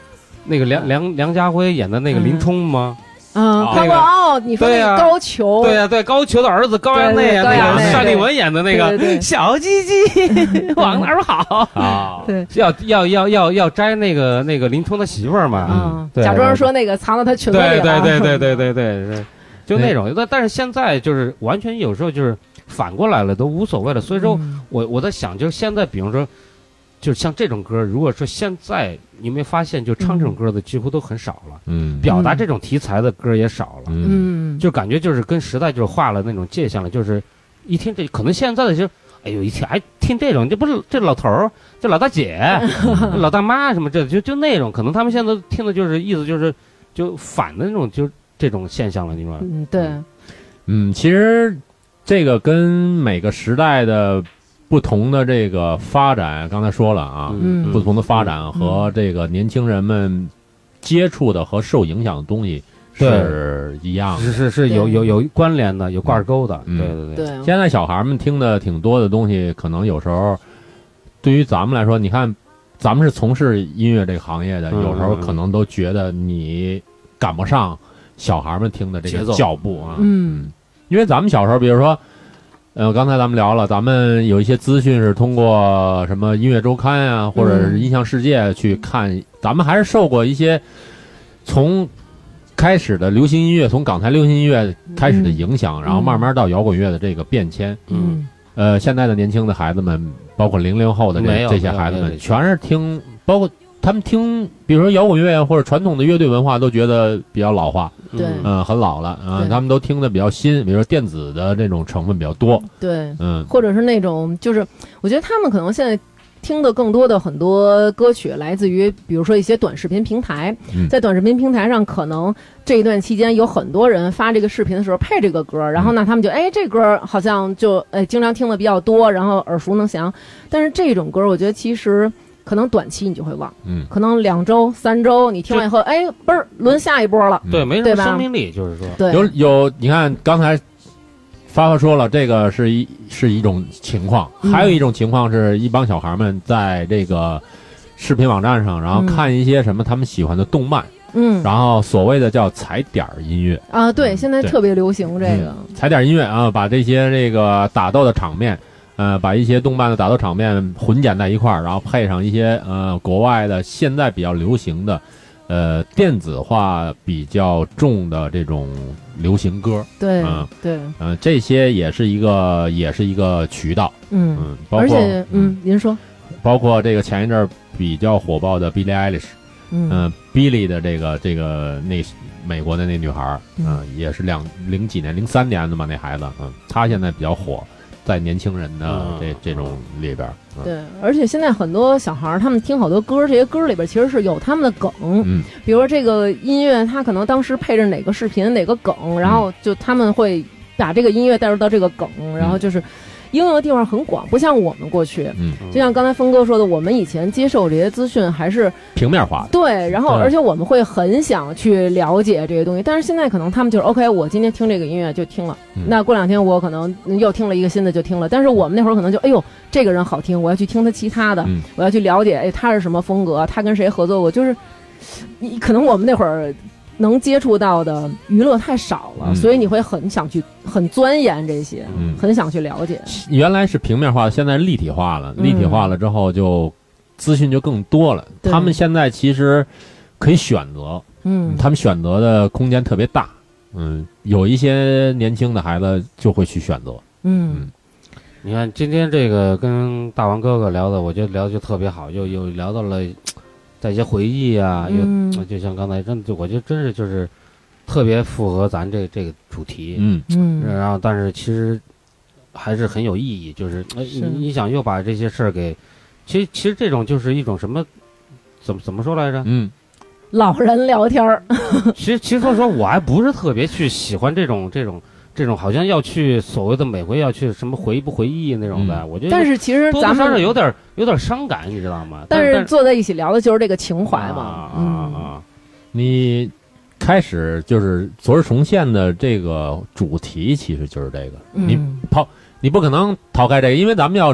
那个梁梁梁家辉演的那个林冲吗？
嗯，
啊
看过哦，你说
对
那
呀
个高俅，
对呀，啊对高俅的儿子高衙内啊，那
哦对对
高衙
个
内
单立文演的那
对
个
对对
小鸡 鸡往哪儿跑？
啊，
对，
要要要要要摘那个那个林冲的媳妇儿嘛？
嗯，
对啊
假装说那个藏到他裙子里
对
了，
对对对对对对对，就那种。但但是现在就是完全有时候就是反过来了，都无所谓了。所以说我我在想，就是现在，比方说，就是像这种歌，如果说现在你有没有发现，就唱这种歌的几乎都很少了，
嗯
表达这种题材的歌也少了，
嗯
嗯，
就感觉就是跟时代就是画了那种界限了，就是一听这可能现在的就是。哎呦，一听哎，听这种，这不是这老头儿，这老大姐，老大妈什么这，就就那种，可能他们现在听的就是意思就是就反的那种，就是这种现象了，你说？
嗯，对，
嗯，其实这个跟每个时代的不同的这个发展，刚才说了啊，
嗯
不同的发展和这个年轻人们接触的和受影响的东西是一样的。
是是是有有有关联的，有挂钩的，
嗯
对对
对
对，，
现在小孩们听的挺多的东西，可能有时候对于咱们来说，你看，咱们是从事音乐这个行业的，
嗯
有时候可能都觉得你赶不上小孩们听的这
节
个
奏
脚步啊。
嗯
因为咱们小时候，比如说呃，刚才咱们聊了，咱们有一些资讯是通过什么音乐周刊啊，或者是音像世界去看。咱们还是受过一些从开始的流行音乐，从港台流行音乐开始的影响，然后慢慢到摇滚乐的这个变迁。
嗯，
呃，现在的年轻的孩子们，包括零零后的
没
这
有
这些
没有
孩子
没有
们，
这些
全是听，包括他们听，比如说摇滚乐或者传统的乐队文化，都觉得比较老化，
对
嗯
嗯、很老了啊、
对
他们都听的比较新，比如说电子的这种成分比较多，
对，
嗯，
或者是那种，就是我觉得他们可能现在。听的更多的很多歌曲来自于，比如说一些短视频平台，
嗯
在短视频平台上，可能这一段期间有很多人发这个视频的时候配这个歌，然
嗯
后呢，他们就哎这歌好像就哎经常听的比较多，然后耳熟能详。但是这种歌，我觉得其实可能短期你就会忘，
嗯
可能两周、三周你听完以后，哎嘣儿轮下一波了，
对，没什
对
么
吧
生命力，就是说，
对，
嗯有有，你看刚才发发说了，这个是一是一种情况，
嗯
还有一种情况是一帮小孩们在这个视频网站上，然后
嗯
看一些什么他们喜欢的动漫，
嗯
然后所谓的叫踩点儿音乐，
啊，对，
嗯
现在
对嗯
特别流行这个，
踩点儿音乐啊，把这些这个打斗的场面。呃，把一些动漫的打斗场面混剪在一块儿，然后配上一些呃国外的现在比较流行的，呃电子化比较重的这种流行歌，
对
嗯
对，
嗯，这些也是一个也是一个渠道，
嗯。
嗯，包
而
括
且，嗯，您说，
包括这个前一阵儿比较火爆的 Billie Eilish，
嗯
嗯、b i l l i e 的这个这个那美国的那女孩儿，
嗯
嗯、也是两零几年零三年的嘛，那孩子，嗯，她现在比较火，在年轻人的
嗯
这这种里边儿，嗯
对，而且现在很多小孩儿，他们听好多歌，这些歌里边其实是有他们的梗，
嗯
比如说这个音乐，它可能当时配着哪个视频、哪个梗，
嗯
然后就他们会把这个音乐带入到这个梗，然后就是应用的地方很广，不像我们过去，
嗯，
就像刚才峰哥说的，我们以前接受这些资讯还是
平面化的，
对，然后
对
而且我们会很想去了解这些东西，但是现在可能他们就是 OK，我今天听这个音乐就听了，
嗯
那过两天我可能嗯又听了一个新的就听了，但是我们那会儿可能就哎呦这个人好听，我要去听他其他的，
嗯
我要去了解哎他是什么风格，他跟谁合作过，就是你可能我们那会儿。能接触到的娱乐太少了，
嗯
所以你会很想去很钻研这些，
嗯，
很想去了解。
原来是平面化，现在立体化了。
嗯
立体化了之后就，资讯就更多了。
对
他们现在其实可以选择，
嗯，
他们选择的空间特别大。嗯，有一些年轻的孩子就会去选择。
嗯
你看今天这个跟大王哥哥聊的，我觉得聊得就特别好，又又聊到了在一些回忆啊，
嗯
又就像刚才真的就，我觉得真是就是特别符合咱这这个主题。
嗯
嗯
然后，但是其实还是很有意义，就是哎你
是
你想又把这些事儿给，其实其实这种就是一种什么，怎么怎么说来着？
嗯
老人聊天儿，
其实其实说实话，我还不是特别去喜欢这种这种这种，好像要去所谓的每回要去什么回忆不回忆那种的，
嗯
我觉得
但是其实
多多
咱
少
们
少有点有点伤感，你知道吗？
但是
是
坐在一起聊的就是这个情怀
啊
嘛。
啊啊
嗯，
啊！
你开始就是昨日重现的这个主题，其实就是这个。你
嗯
你不可能逃开这个，因为咱们要，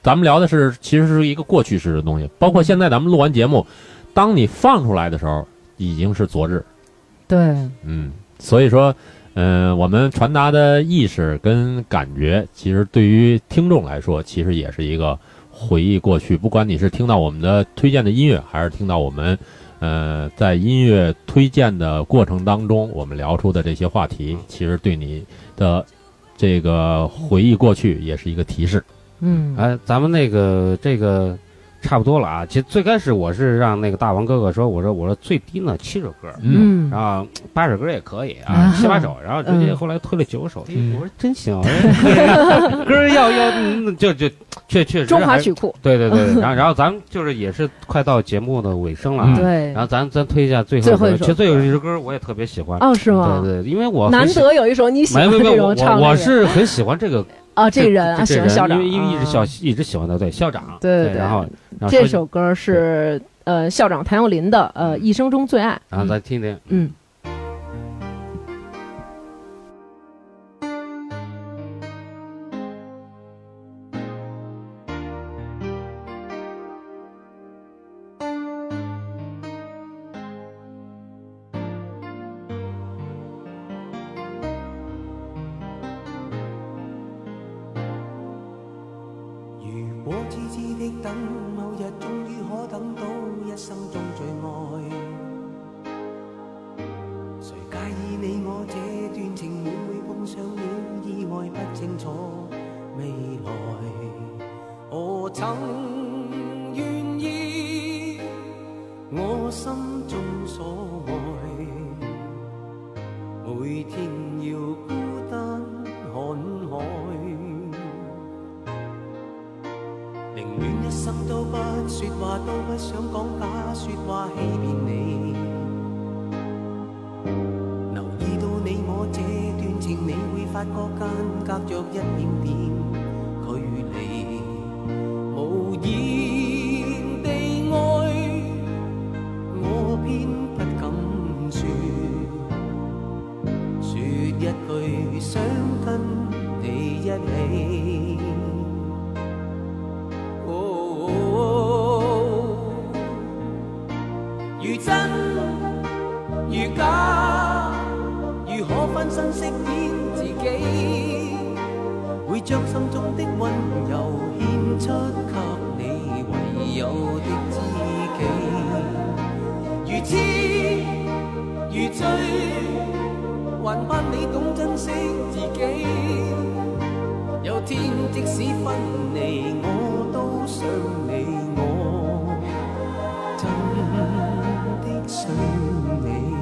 咱们聊的是其实是一个过去式的东西，包括现在咱们录完节目，当你放出来的时候，已经是昨日。
对，
嗯，所以说，嗯，我们传达的意识跟感觉，其实对于听众来说，其实也是一个回忆过去。不管你是听到我们的推荐的音乐，还是听到我们，呃，在音乐推荐的过程当中，我们聊出的这些话题，其实对你的这个回忆过去也是一个提示。
嗯，
哎，咱们那个这个差不多了啊。其实最开始我是让那个大王哥哥说，我说我说最低呢七首歌，
嗯
然后八首歌也可以啊
啊，
七八首，然后直接
嗯
后来推了九首，哎
嗯
我说真行，哎 歌儿要要嗯就就确确实
中华
还
曲库，
对对 对，然后然后咱们就是也是快到节目的尾声了啊，
对
然，后咱咱推一下最后
嗯最
一
后
首歌，
一首
其实最后一首歌我也特别喜欢，
哦，是吗？
对对，因为我很
难
喜
得有一首你喜
没
欢
没没
这
我
种唱
我
的
我
人
是很喜欢这个
啊，这人啊，
这
喜欢校长，
因为因为一直
啊
校一直喜欢他，对校长，
对对
对，
对
然后然后
这
说
首歌是呃校长谭咏麟的呃一生中最爱，
嗯然后咱听听，
嗯。
我
的等，某日終於可等到一生中最愛。誰介意你我這段情，每每碰上了意外，不清楚未來。我曾願意，我心中所愛。每天要孤單看海，寧願一生都不說話，都不想講假說話欺騙你。留意到你我這段情，你會發覺間隔着一點點距離，無言地愛，我偏不敢說。说一句想跟你一起。哦如真如假，如可分身飾演自己，會將心中的温柔獻出給你唯有的知己。如痴如醉。還盼你懂珍惜自己。有天即使分離，我都想你，我真的想你。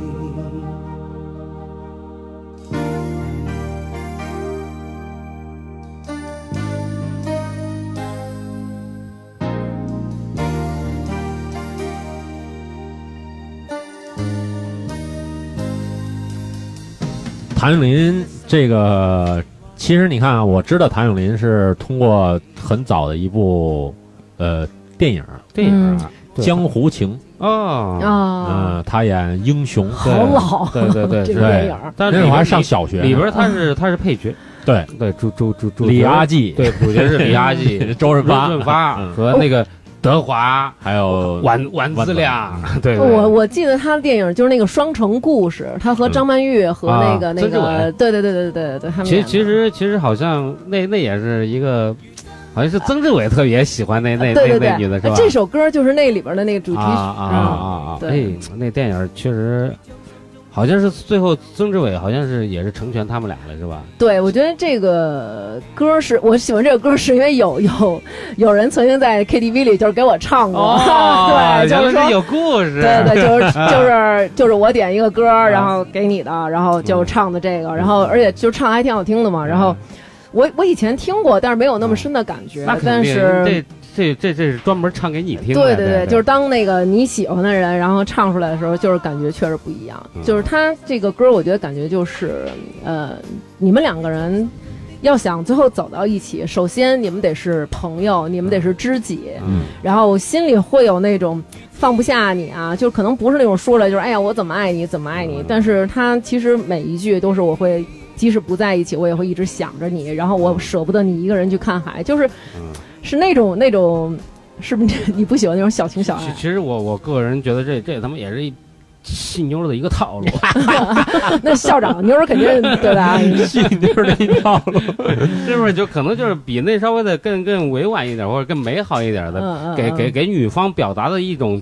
谭咏麟这个，其实你看啊，我知道谭咏麟是通过很早的一部呃电影
电影
嗯
《江湖情》，
啊，
啊，
嗯，他演英雄，
好老，
对对对 对
这个电影儿，
但是
那会
里
儿
边
还上小学呢，
里边他是他是配 角，
对
对，主主主主
李
角
阿季，、
对主角是李阿 季
周润发、
润发
嗯
哦
和那个德华、哦
还 有
婉婉
婉
自量，对，对
嗯哦我我记得他的电影就是那个《双城故事》，他和张曼玉和那
嗯
个那
曾志
个，
伟
对对对对对对，他们
其
演
实
的
其实其实好像那那也是一个，好像是曾志伟特别喜欢那那
啊对
那
对
那女的是
对
吧，？
这首歌就是那里边的那个主题
啊
曲嗯
啊啊啊啊！哎
对，
那电影确实。好像是最后曾志伟好像是也是成全他们俩了是吧？
对，我觉得这个歌是我喜欢这个歌，是因为有 有有人曾经在 KTV 里就是给我唱过，哦 对，就
哦啊原
是
来
说
是有故事。
对对，就是 就是就是我点一个歌，
啊
然后给你的，然后就唱的
嗯
这个，然后而且就唱得还挺好听的嘛。然后我我以前听过，但是没有那么深的感觉
那。肯
但
定
是
这这这这是专门唱给你听的。
对
对
对，就是当那个你喜欢的人，然后唱出来的时候，就是感觉确实不一样。
嗯
就是他这个歌，我觉得感觉就是呃，你们两个人。要想最后走到一起，首先你们得是朋友，你们得是知己，
嗯
然后心里会有那种放不下你啊，就可能不是那种说了就是哎呀我怎么爱你怎么爱
嗯
你，但是他其实每一句都是我会，即使不在一起，我也会一直想着你，然后我舍不得你一个人去看海，就是
嗯
是那种那种，是不是你不喜欢那种小情小
其
爱？
其实我我个人觉得这这他妈也是一戏妞的一个套 路。
那校长妞儿肯定是 对吧？
戏妞的一套 路，
是不是就可能就是比那稍微的更更委婉一点，或者更美好一点的，
嗯嗯，
给给给女方表达的一种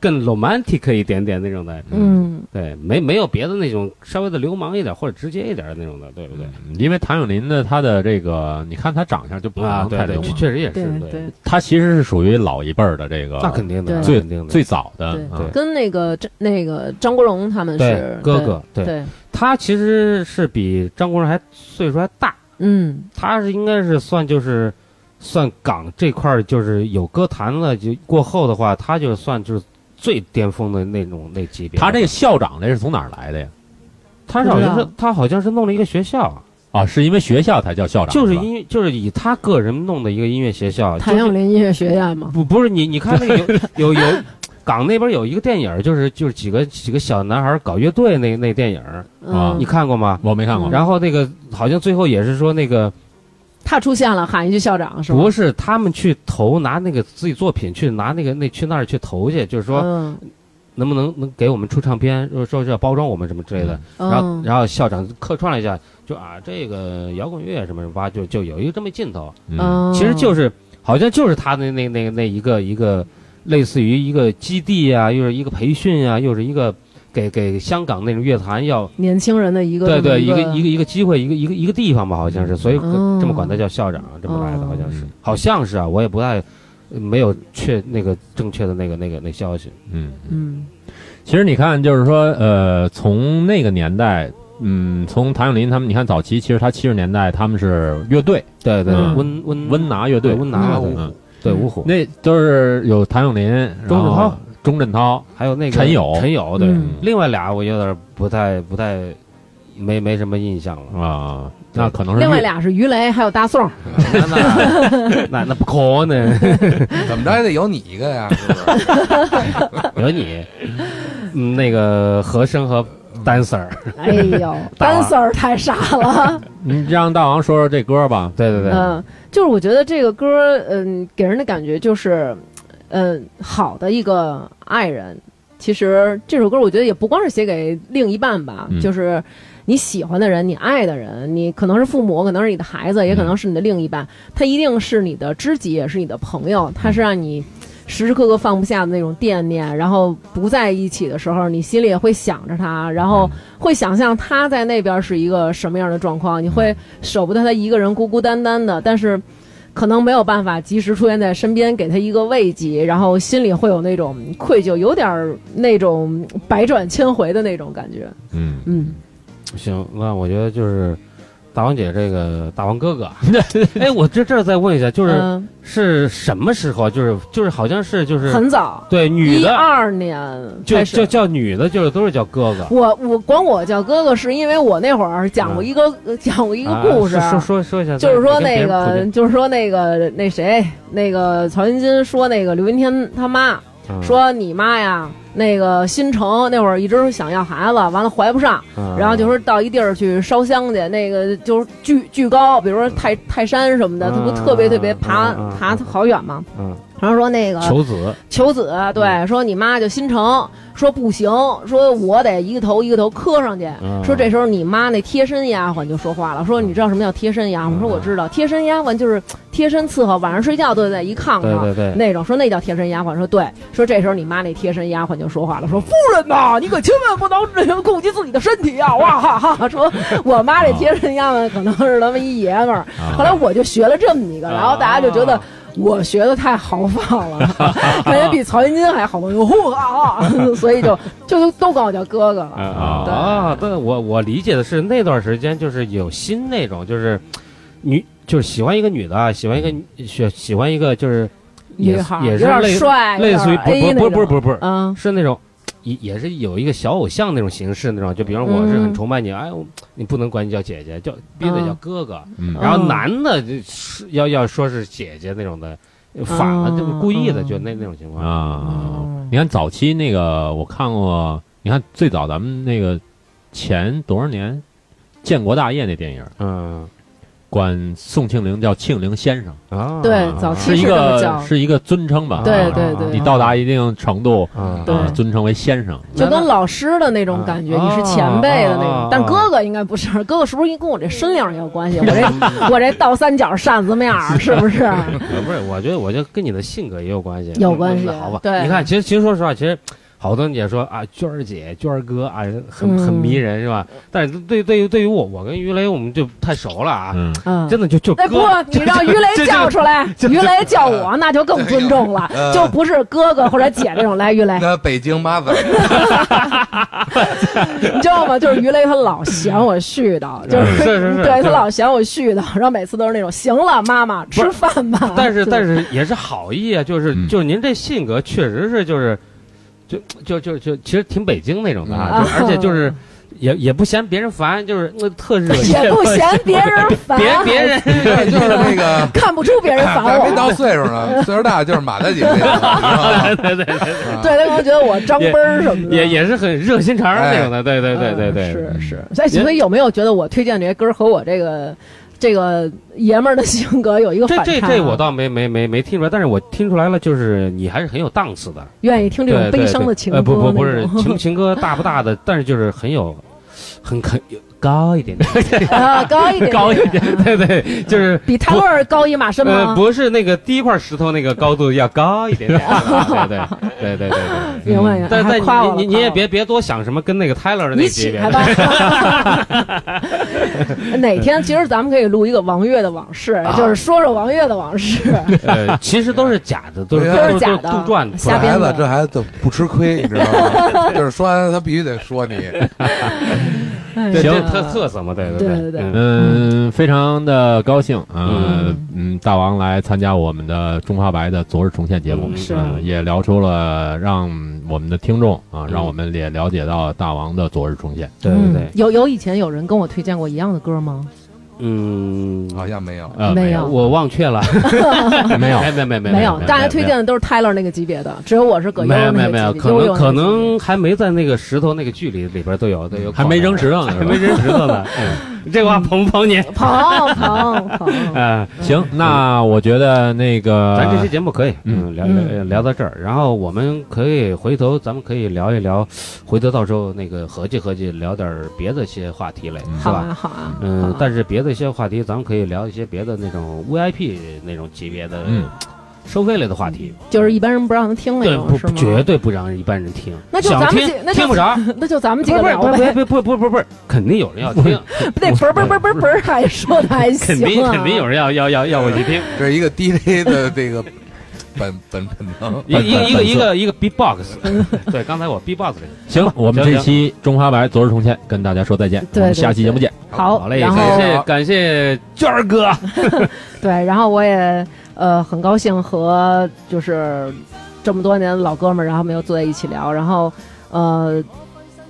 更 romantic 一点点那种的，
嗯
对，没没有别的那种稍微的流氓一点或者直接一点的那种的，对不对？
因为谭咏麟的他的这个，你看他长相就不可
啊，
能
对
太
对
嗯
啊
流，
确
氓，
确实也
对
是，
对，
他其实是属于老一辈儿的这个，
那肯定的，
对
肯定的。
最早的
对，
嗯
跟那个张那个张国荣他们
对
是
哥哥，
对
对
对
他其实是比张国荣还岁数还大，
嗯
他是应该是算就是算港这块儿就是有歌坛了，就过后的话，他就算就是最巅峰的那种那级别了。
他这个校长这是从哪儿来的呀？
他是好像
不知
是
道
他好像是弄了一个学校，
啊，是因为学校才叫校长，
就是
吧
音乐就是以他个人弄的一个音乐学校。
谭咏麟音乐学院嘛，
不不是你你看那个有有有港那边有一个电影，就是就是几个几个小男孩搞乐队那那电影，
啊
嗯
你，看过吗？
我没看过，
然后那个好像最后也是说那个
他出现了，喊一句校长是吧？
不是他们去投拿那个自己作品去拿那个那去那儿去投去，就是说
嗯
能不能能给我们出唱片，说说要包装我们什么之类的。
嗯、
然后然后校长客串了一下，就啊这个摇滚乐什么什么吧，就就有一个这么劲头。
嗯
嗯，
其实就是好像就是他那那那那一个一个类似于一个基地啊，又是一个培训啊，又是一个给给香港那种乐坛要
年轻人的一个
对对
一
一个一个一个机会，一个一个一个地方吧，好像是，所以
哦
这么管他叫校长，这么来的，
哦
好像
嗯
是，好像是啊，我也不太没有确那个正确的那个那个那消息，
嗯，
嗯
其实你看，就是说，呃，从那个年代，嗯，从谭咏麟他们，你看早期，其实他七十年代他们是乐队，
对对，
嗯
温温
温拿乐队，
对温拿啊
嗯
乐队
嗯
对五虎，
那都是有谭咏麟、
钟镇涛
然后、钟镇涛，
还有那个
陈友
陈友对
嗯，
另外俩我有点不太不太没没什么印象了。
啊，那可
嗯
能是
另外
乐
俩是于雷，还有大宋，
那那那那不可能，
怎么着也得有你一个呀，是不 是？
有你，嗯那个和声和 dancer，
哎呦， 单丝儿太傻了。
你让大王说说这歌吧。
对对对，
嗯，就是我觉得这个歌，嗯，给人的感觉就是，嗯，好的一个爱人。其实这首歌，我觉得也不光是写给另一半吧，
嗯
就是你喜欢的人，你爱的人，你可能是父母，可能是你的孩
嗯
子，也可能是你的另一半，他一定是你的知己，也是你的朋
嗯
友，他是让你。时时刻刻放不下的那种惦念，然后不在一起的时候，你心里也会想着他，然后
嗯
会想象他在那边是一个什么样的状况，你会舍不得他一个人孤孤单单的，但是可能没有办法及时出现在身边，给他一个慰藉，然后心里会有那种愧疚，有点儿那种百转千回的那种感觉。
嗯，
嗯，
行，那我觉得就是大王姐这个大王哥 哥，哎，我这这儿再问一下，就是
嗯
是什么时候？就是就是好像是就是
很早，
对女
一
的
二年
就
开始
就叫女的，就是都是叫哥哥。
我我管我叫哥哥，是因为我那会儿讲过一个、呃讲过一个故事，
啊说说说一下，
就是说
跟别
那
人普
个
及
就是说那个那谁那个曹云金说那个刘云天他妈，
嗯
说你妈呀，那个新城那会儿一直想要孩子，完了怀不上，
嗯
然后就说到一地儿去烧香去，那个就是巨巨高，比如说泰泰山什么的，
嗯
他不特别特别爬
嗯嗯嗯
爬好远吗？
嗯
然后说那个
求子，
求子，
嗯
对，说你妈就新城，说不行，说我得一个头一个头磕上去。
嗯
说这时候你妈那贴身丫鬟就说话了，说你知道什么叫贴身丫
嗯
鬟？我说我知道，贴身丫鬟就是贴身伺候，晚上睡觉都得在一炕上。
对对对，
啊那种说那叫贴身丫鬟，说对，说这时候你妈那贴身丫鬟就说话了，说夫人呐、你可千万不能这个顾及自己的身体啊！哇哈哈，说我妈这贴身丫鬟可能是他妈一爷们儿。
啊
后来我就学了这么一个，然后大家就觉得
啊
我学的太豪 放了，感觉比曹云金还豪放，就呼 哈哈，所以就就都管我叫哥哥了。
啊
对
啊！对，我我理解的是那段时间就是有新那种，就是女就是喜欢一个女的啊，喜欢一个喜喜欢一个就是也
女孩儿
也
有
是
点
类
帅，
类
有
似于
点
不是
A
不
那
是不是
种
不是不是
嗯
是那种。也也是有一个小偶像那种形式那种，就比方我是很
嗯
崇拜你，哎，我你不能管你叫姐姐，叫必须得叫哥哥。
嗯
然后
嗯
男的就是要要说是姐姐那种的，反了就是故意的，
嗯
就那那种情况。
啊，你看早期那个我看过，你看最早咱们那个前多少年建国大业那电影，
嗯
管宋庆龄叫庆龄先生，
啊，
对早期
是一
是这么叫
个是一个尊称吧？
对
啊
对对
你到达一定程度，
啊，
对
啊尊称为先生。
就跟老师的那种感觉，
啊
你是前辈的那
啊啊啊
种。但哥哥应该不是， 哥哥是不是跟我这身量也有关系？我 这我这倒三角扇子面儿是不是？
呃，不是，我觉得我觉得跟你的性格也有关系，
有关系
那好吧？
对
你看，其实其实说实话，其实好多人也说啊，娟儿姐、娟儿哥啊，很很
嗯
迷人是吧？但是对对于对于我，我跟于雷我们就太熟了啊，
嗯，
嗯。
真的就就
那不
哥，，
你让于雷叫出来，于雷叫我，那就
哎
更尊重了，
嗯
就不是哥哥或者姐这种。来，于雷，
那北京 妈子，
你知道吗？就是于雷他老嫌我絮叨，就是
嗯是是是
对
是
他老嫌我絮叨，然后每次都是那种行了，妈妈吃饭吧。
但是
就
但是也是好意啊，就是、
嗯
就是您这性格确实是就是，就就就就其实挺北京那种的啊，
嗯
就而且就是也也不嫌别人烦，就是那特热情，
也不嫌别人 烦，。
别别人
就是 那个
看不出别人
哎
烦
还没
我。
到岁数呢，岁数大就是马大姐那种，你知道吗 嗯
对他可能觉得我张奔儿什么的，
也也是很热心肠那种的，对对对对对，
哎是是。哎，所以有没有觉得我推荐这些歌儿和我这个这个爷们儿的性格有一个
这
反差？啊
这这我倒没没没没听出来，但是我听出来了，就是你还是很有档次的，
愿意听这种
对对
悲伤的
对
情
呃
歌，
不不不是
那种
情情歌大不大的，但是就是很有，很肯高一点点，
啊，高一点，
高一点，，对对，就是
比泰勒尔高一马身
呃，
吗？
不是那个第一块石头那个高度要高一点点，对对对对对对。
明白明
嗯
白，
但
还
但
夸我了
你你你也
夸我了
别别多想什么跟那个 Tyler 的那
你
级
起
别
来，吧。 哪天其实咱们可以录一个王月的往事，
啊
就是说说王月的往 事，
呃，其实都是假的，都是
对
都
都
是假的
杜撰的。
这
瞎编
孩
的
子，这孩子不吃亏，你知道 吗？就是说完了他必须得说你，
哎
对
呀
这特特色嘛，对
对对
对
对
嗯
嗯，非常的高兴呃嗯，大王来参加我们的中华白的昨日重现节目，
嗯是
呃也聊出了让我们的听众
嗯
啊，让我们也了解到大王的昨日重现。
对对对，
有有以前有人跟我推荐过一样的歌吗？
嗯，
好像没有。
呃，
没
没
有
我忘却了，
没 有，
没没没没
没
有
有，，大家推荐的都是 Tyler 那个级别的，只有我是葛优
没有没
那
有没有，
个级别，
可
悠
能
悠那个
可
级别
能还没在那个石头那个剧里里边都有都有，
还没扔石头呢，
还
是吧
没扔石头呢，嗯这话捧不捧你？
捧捧 捧，
啊，
行，那我觉得那个
咱这期节目可以，
嗯
嗯，聊聊聊到这儿，然后我们可以回头，咱们可以聊一聊，回头到时候那个合计合计，聊点儿别的些话题嘞，是
好
吧？
啊好啊，好
嗯
啊，
但是别的一些话题，咱们可以聊一些别的那种 VIP 那种级别的
啊
嗯
收费类的话题，
就是一般人不让人听那
对，
种，
不
是吗？
绝对不让一般人听，
那就
想
咱们
听
几那就
听不着，
那就咱们几
不
个
是
聊
不是
呗，
不是不是不是不 是不是，肯定有人要听，
那嘣儿嘣儿嘣儿嘣儿嘣儿还说的还行
肯定
啊，
肯定有人要要要要我去听，
这是一个 DJ 的这个本本本能，
一一个一个一个一个 B-box，对，刚才我 B-box 了。
行，我们这期中华白昨日重现跟大家说再见，
对
我们下期节目见。
好
好嘞，
然后
感谢感谢娟儿哥，
对，然后我也呃很高兴和就是这么多年的老哥们儿，然后没有坐在一起聊，然后呃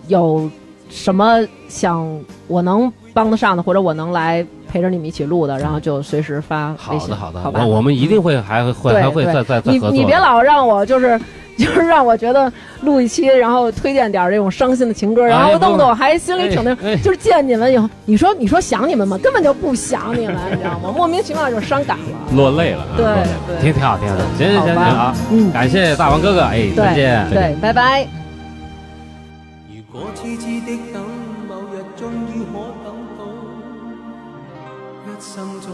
有什么想我能帮得上的，或者我能来陪着你们一起录的，然后就随时发微
好
信，
的好的，
好吧
我。我们一定会还会
对
还会
对
再再再
你
合作的。
你别老让我就是就是让我觉得录一期，然后推荐点儿这种伤心的情歌，然
哎
后
不
弄得我还心里挺那，
哎哎
就是见你们以后，你说你说想你们吗？根本就不想你们，你知道吗？莫名其妙就伤感了。
落泪了啊，
对
落泪了
挺
对，
挺好挺好的，行行
好
行
吧
行好，
嗯，
感谢大王哥哥，哎，再见。
对对，拜拜。
如果痴痴的等，某日终于可等到，一生中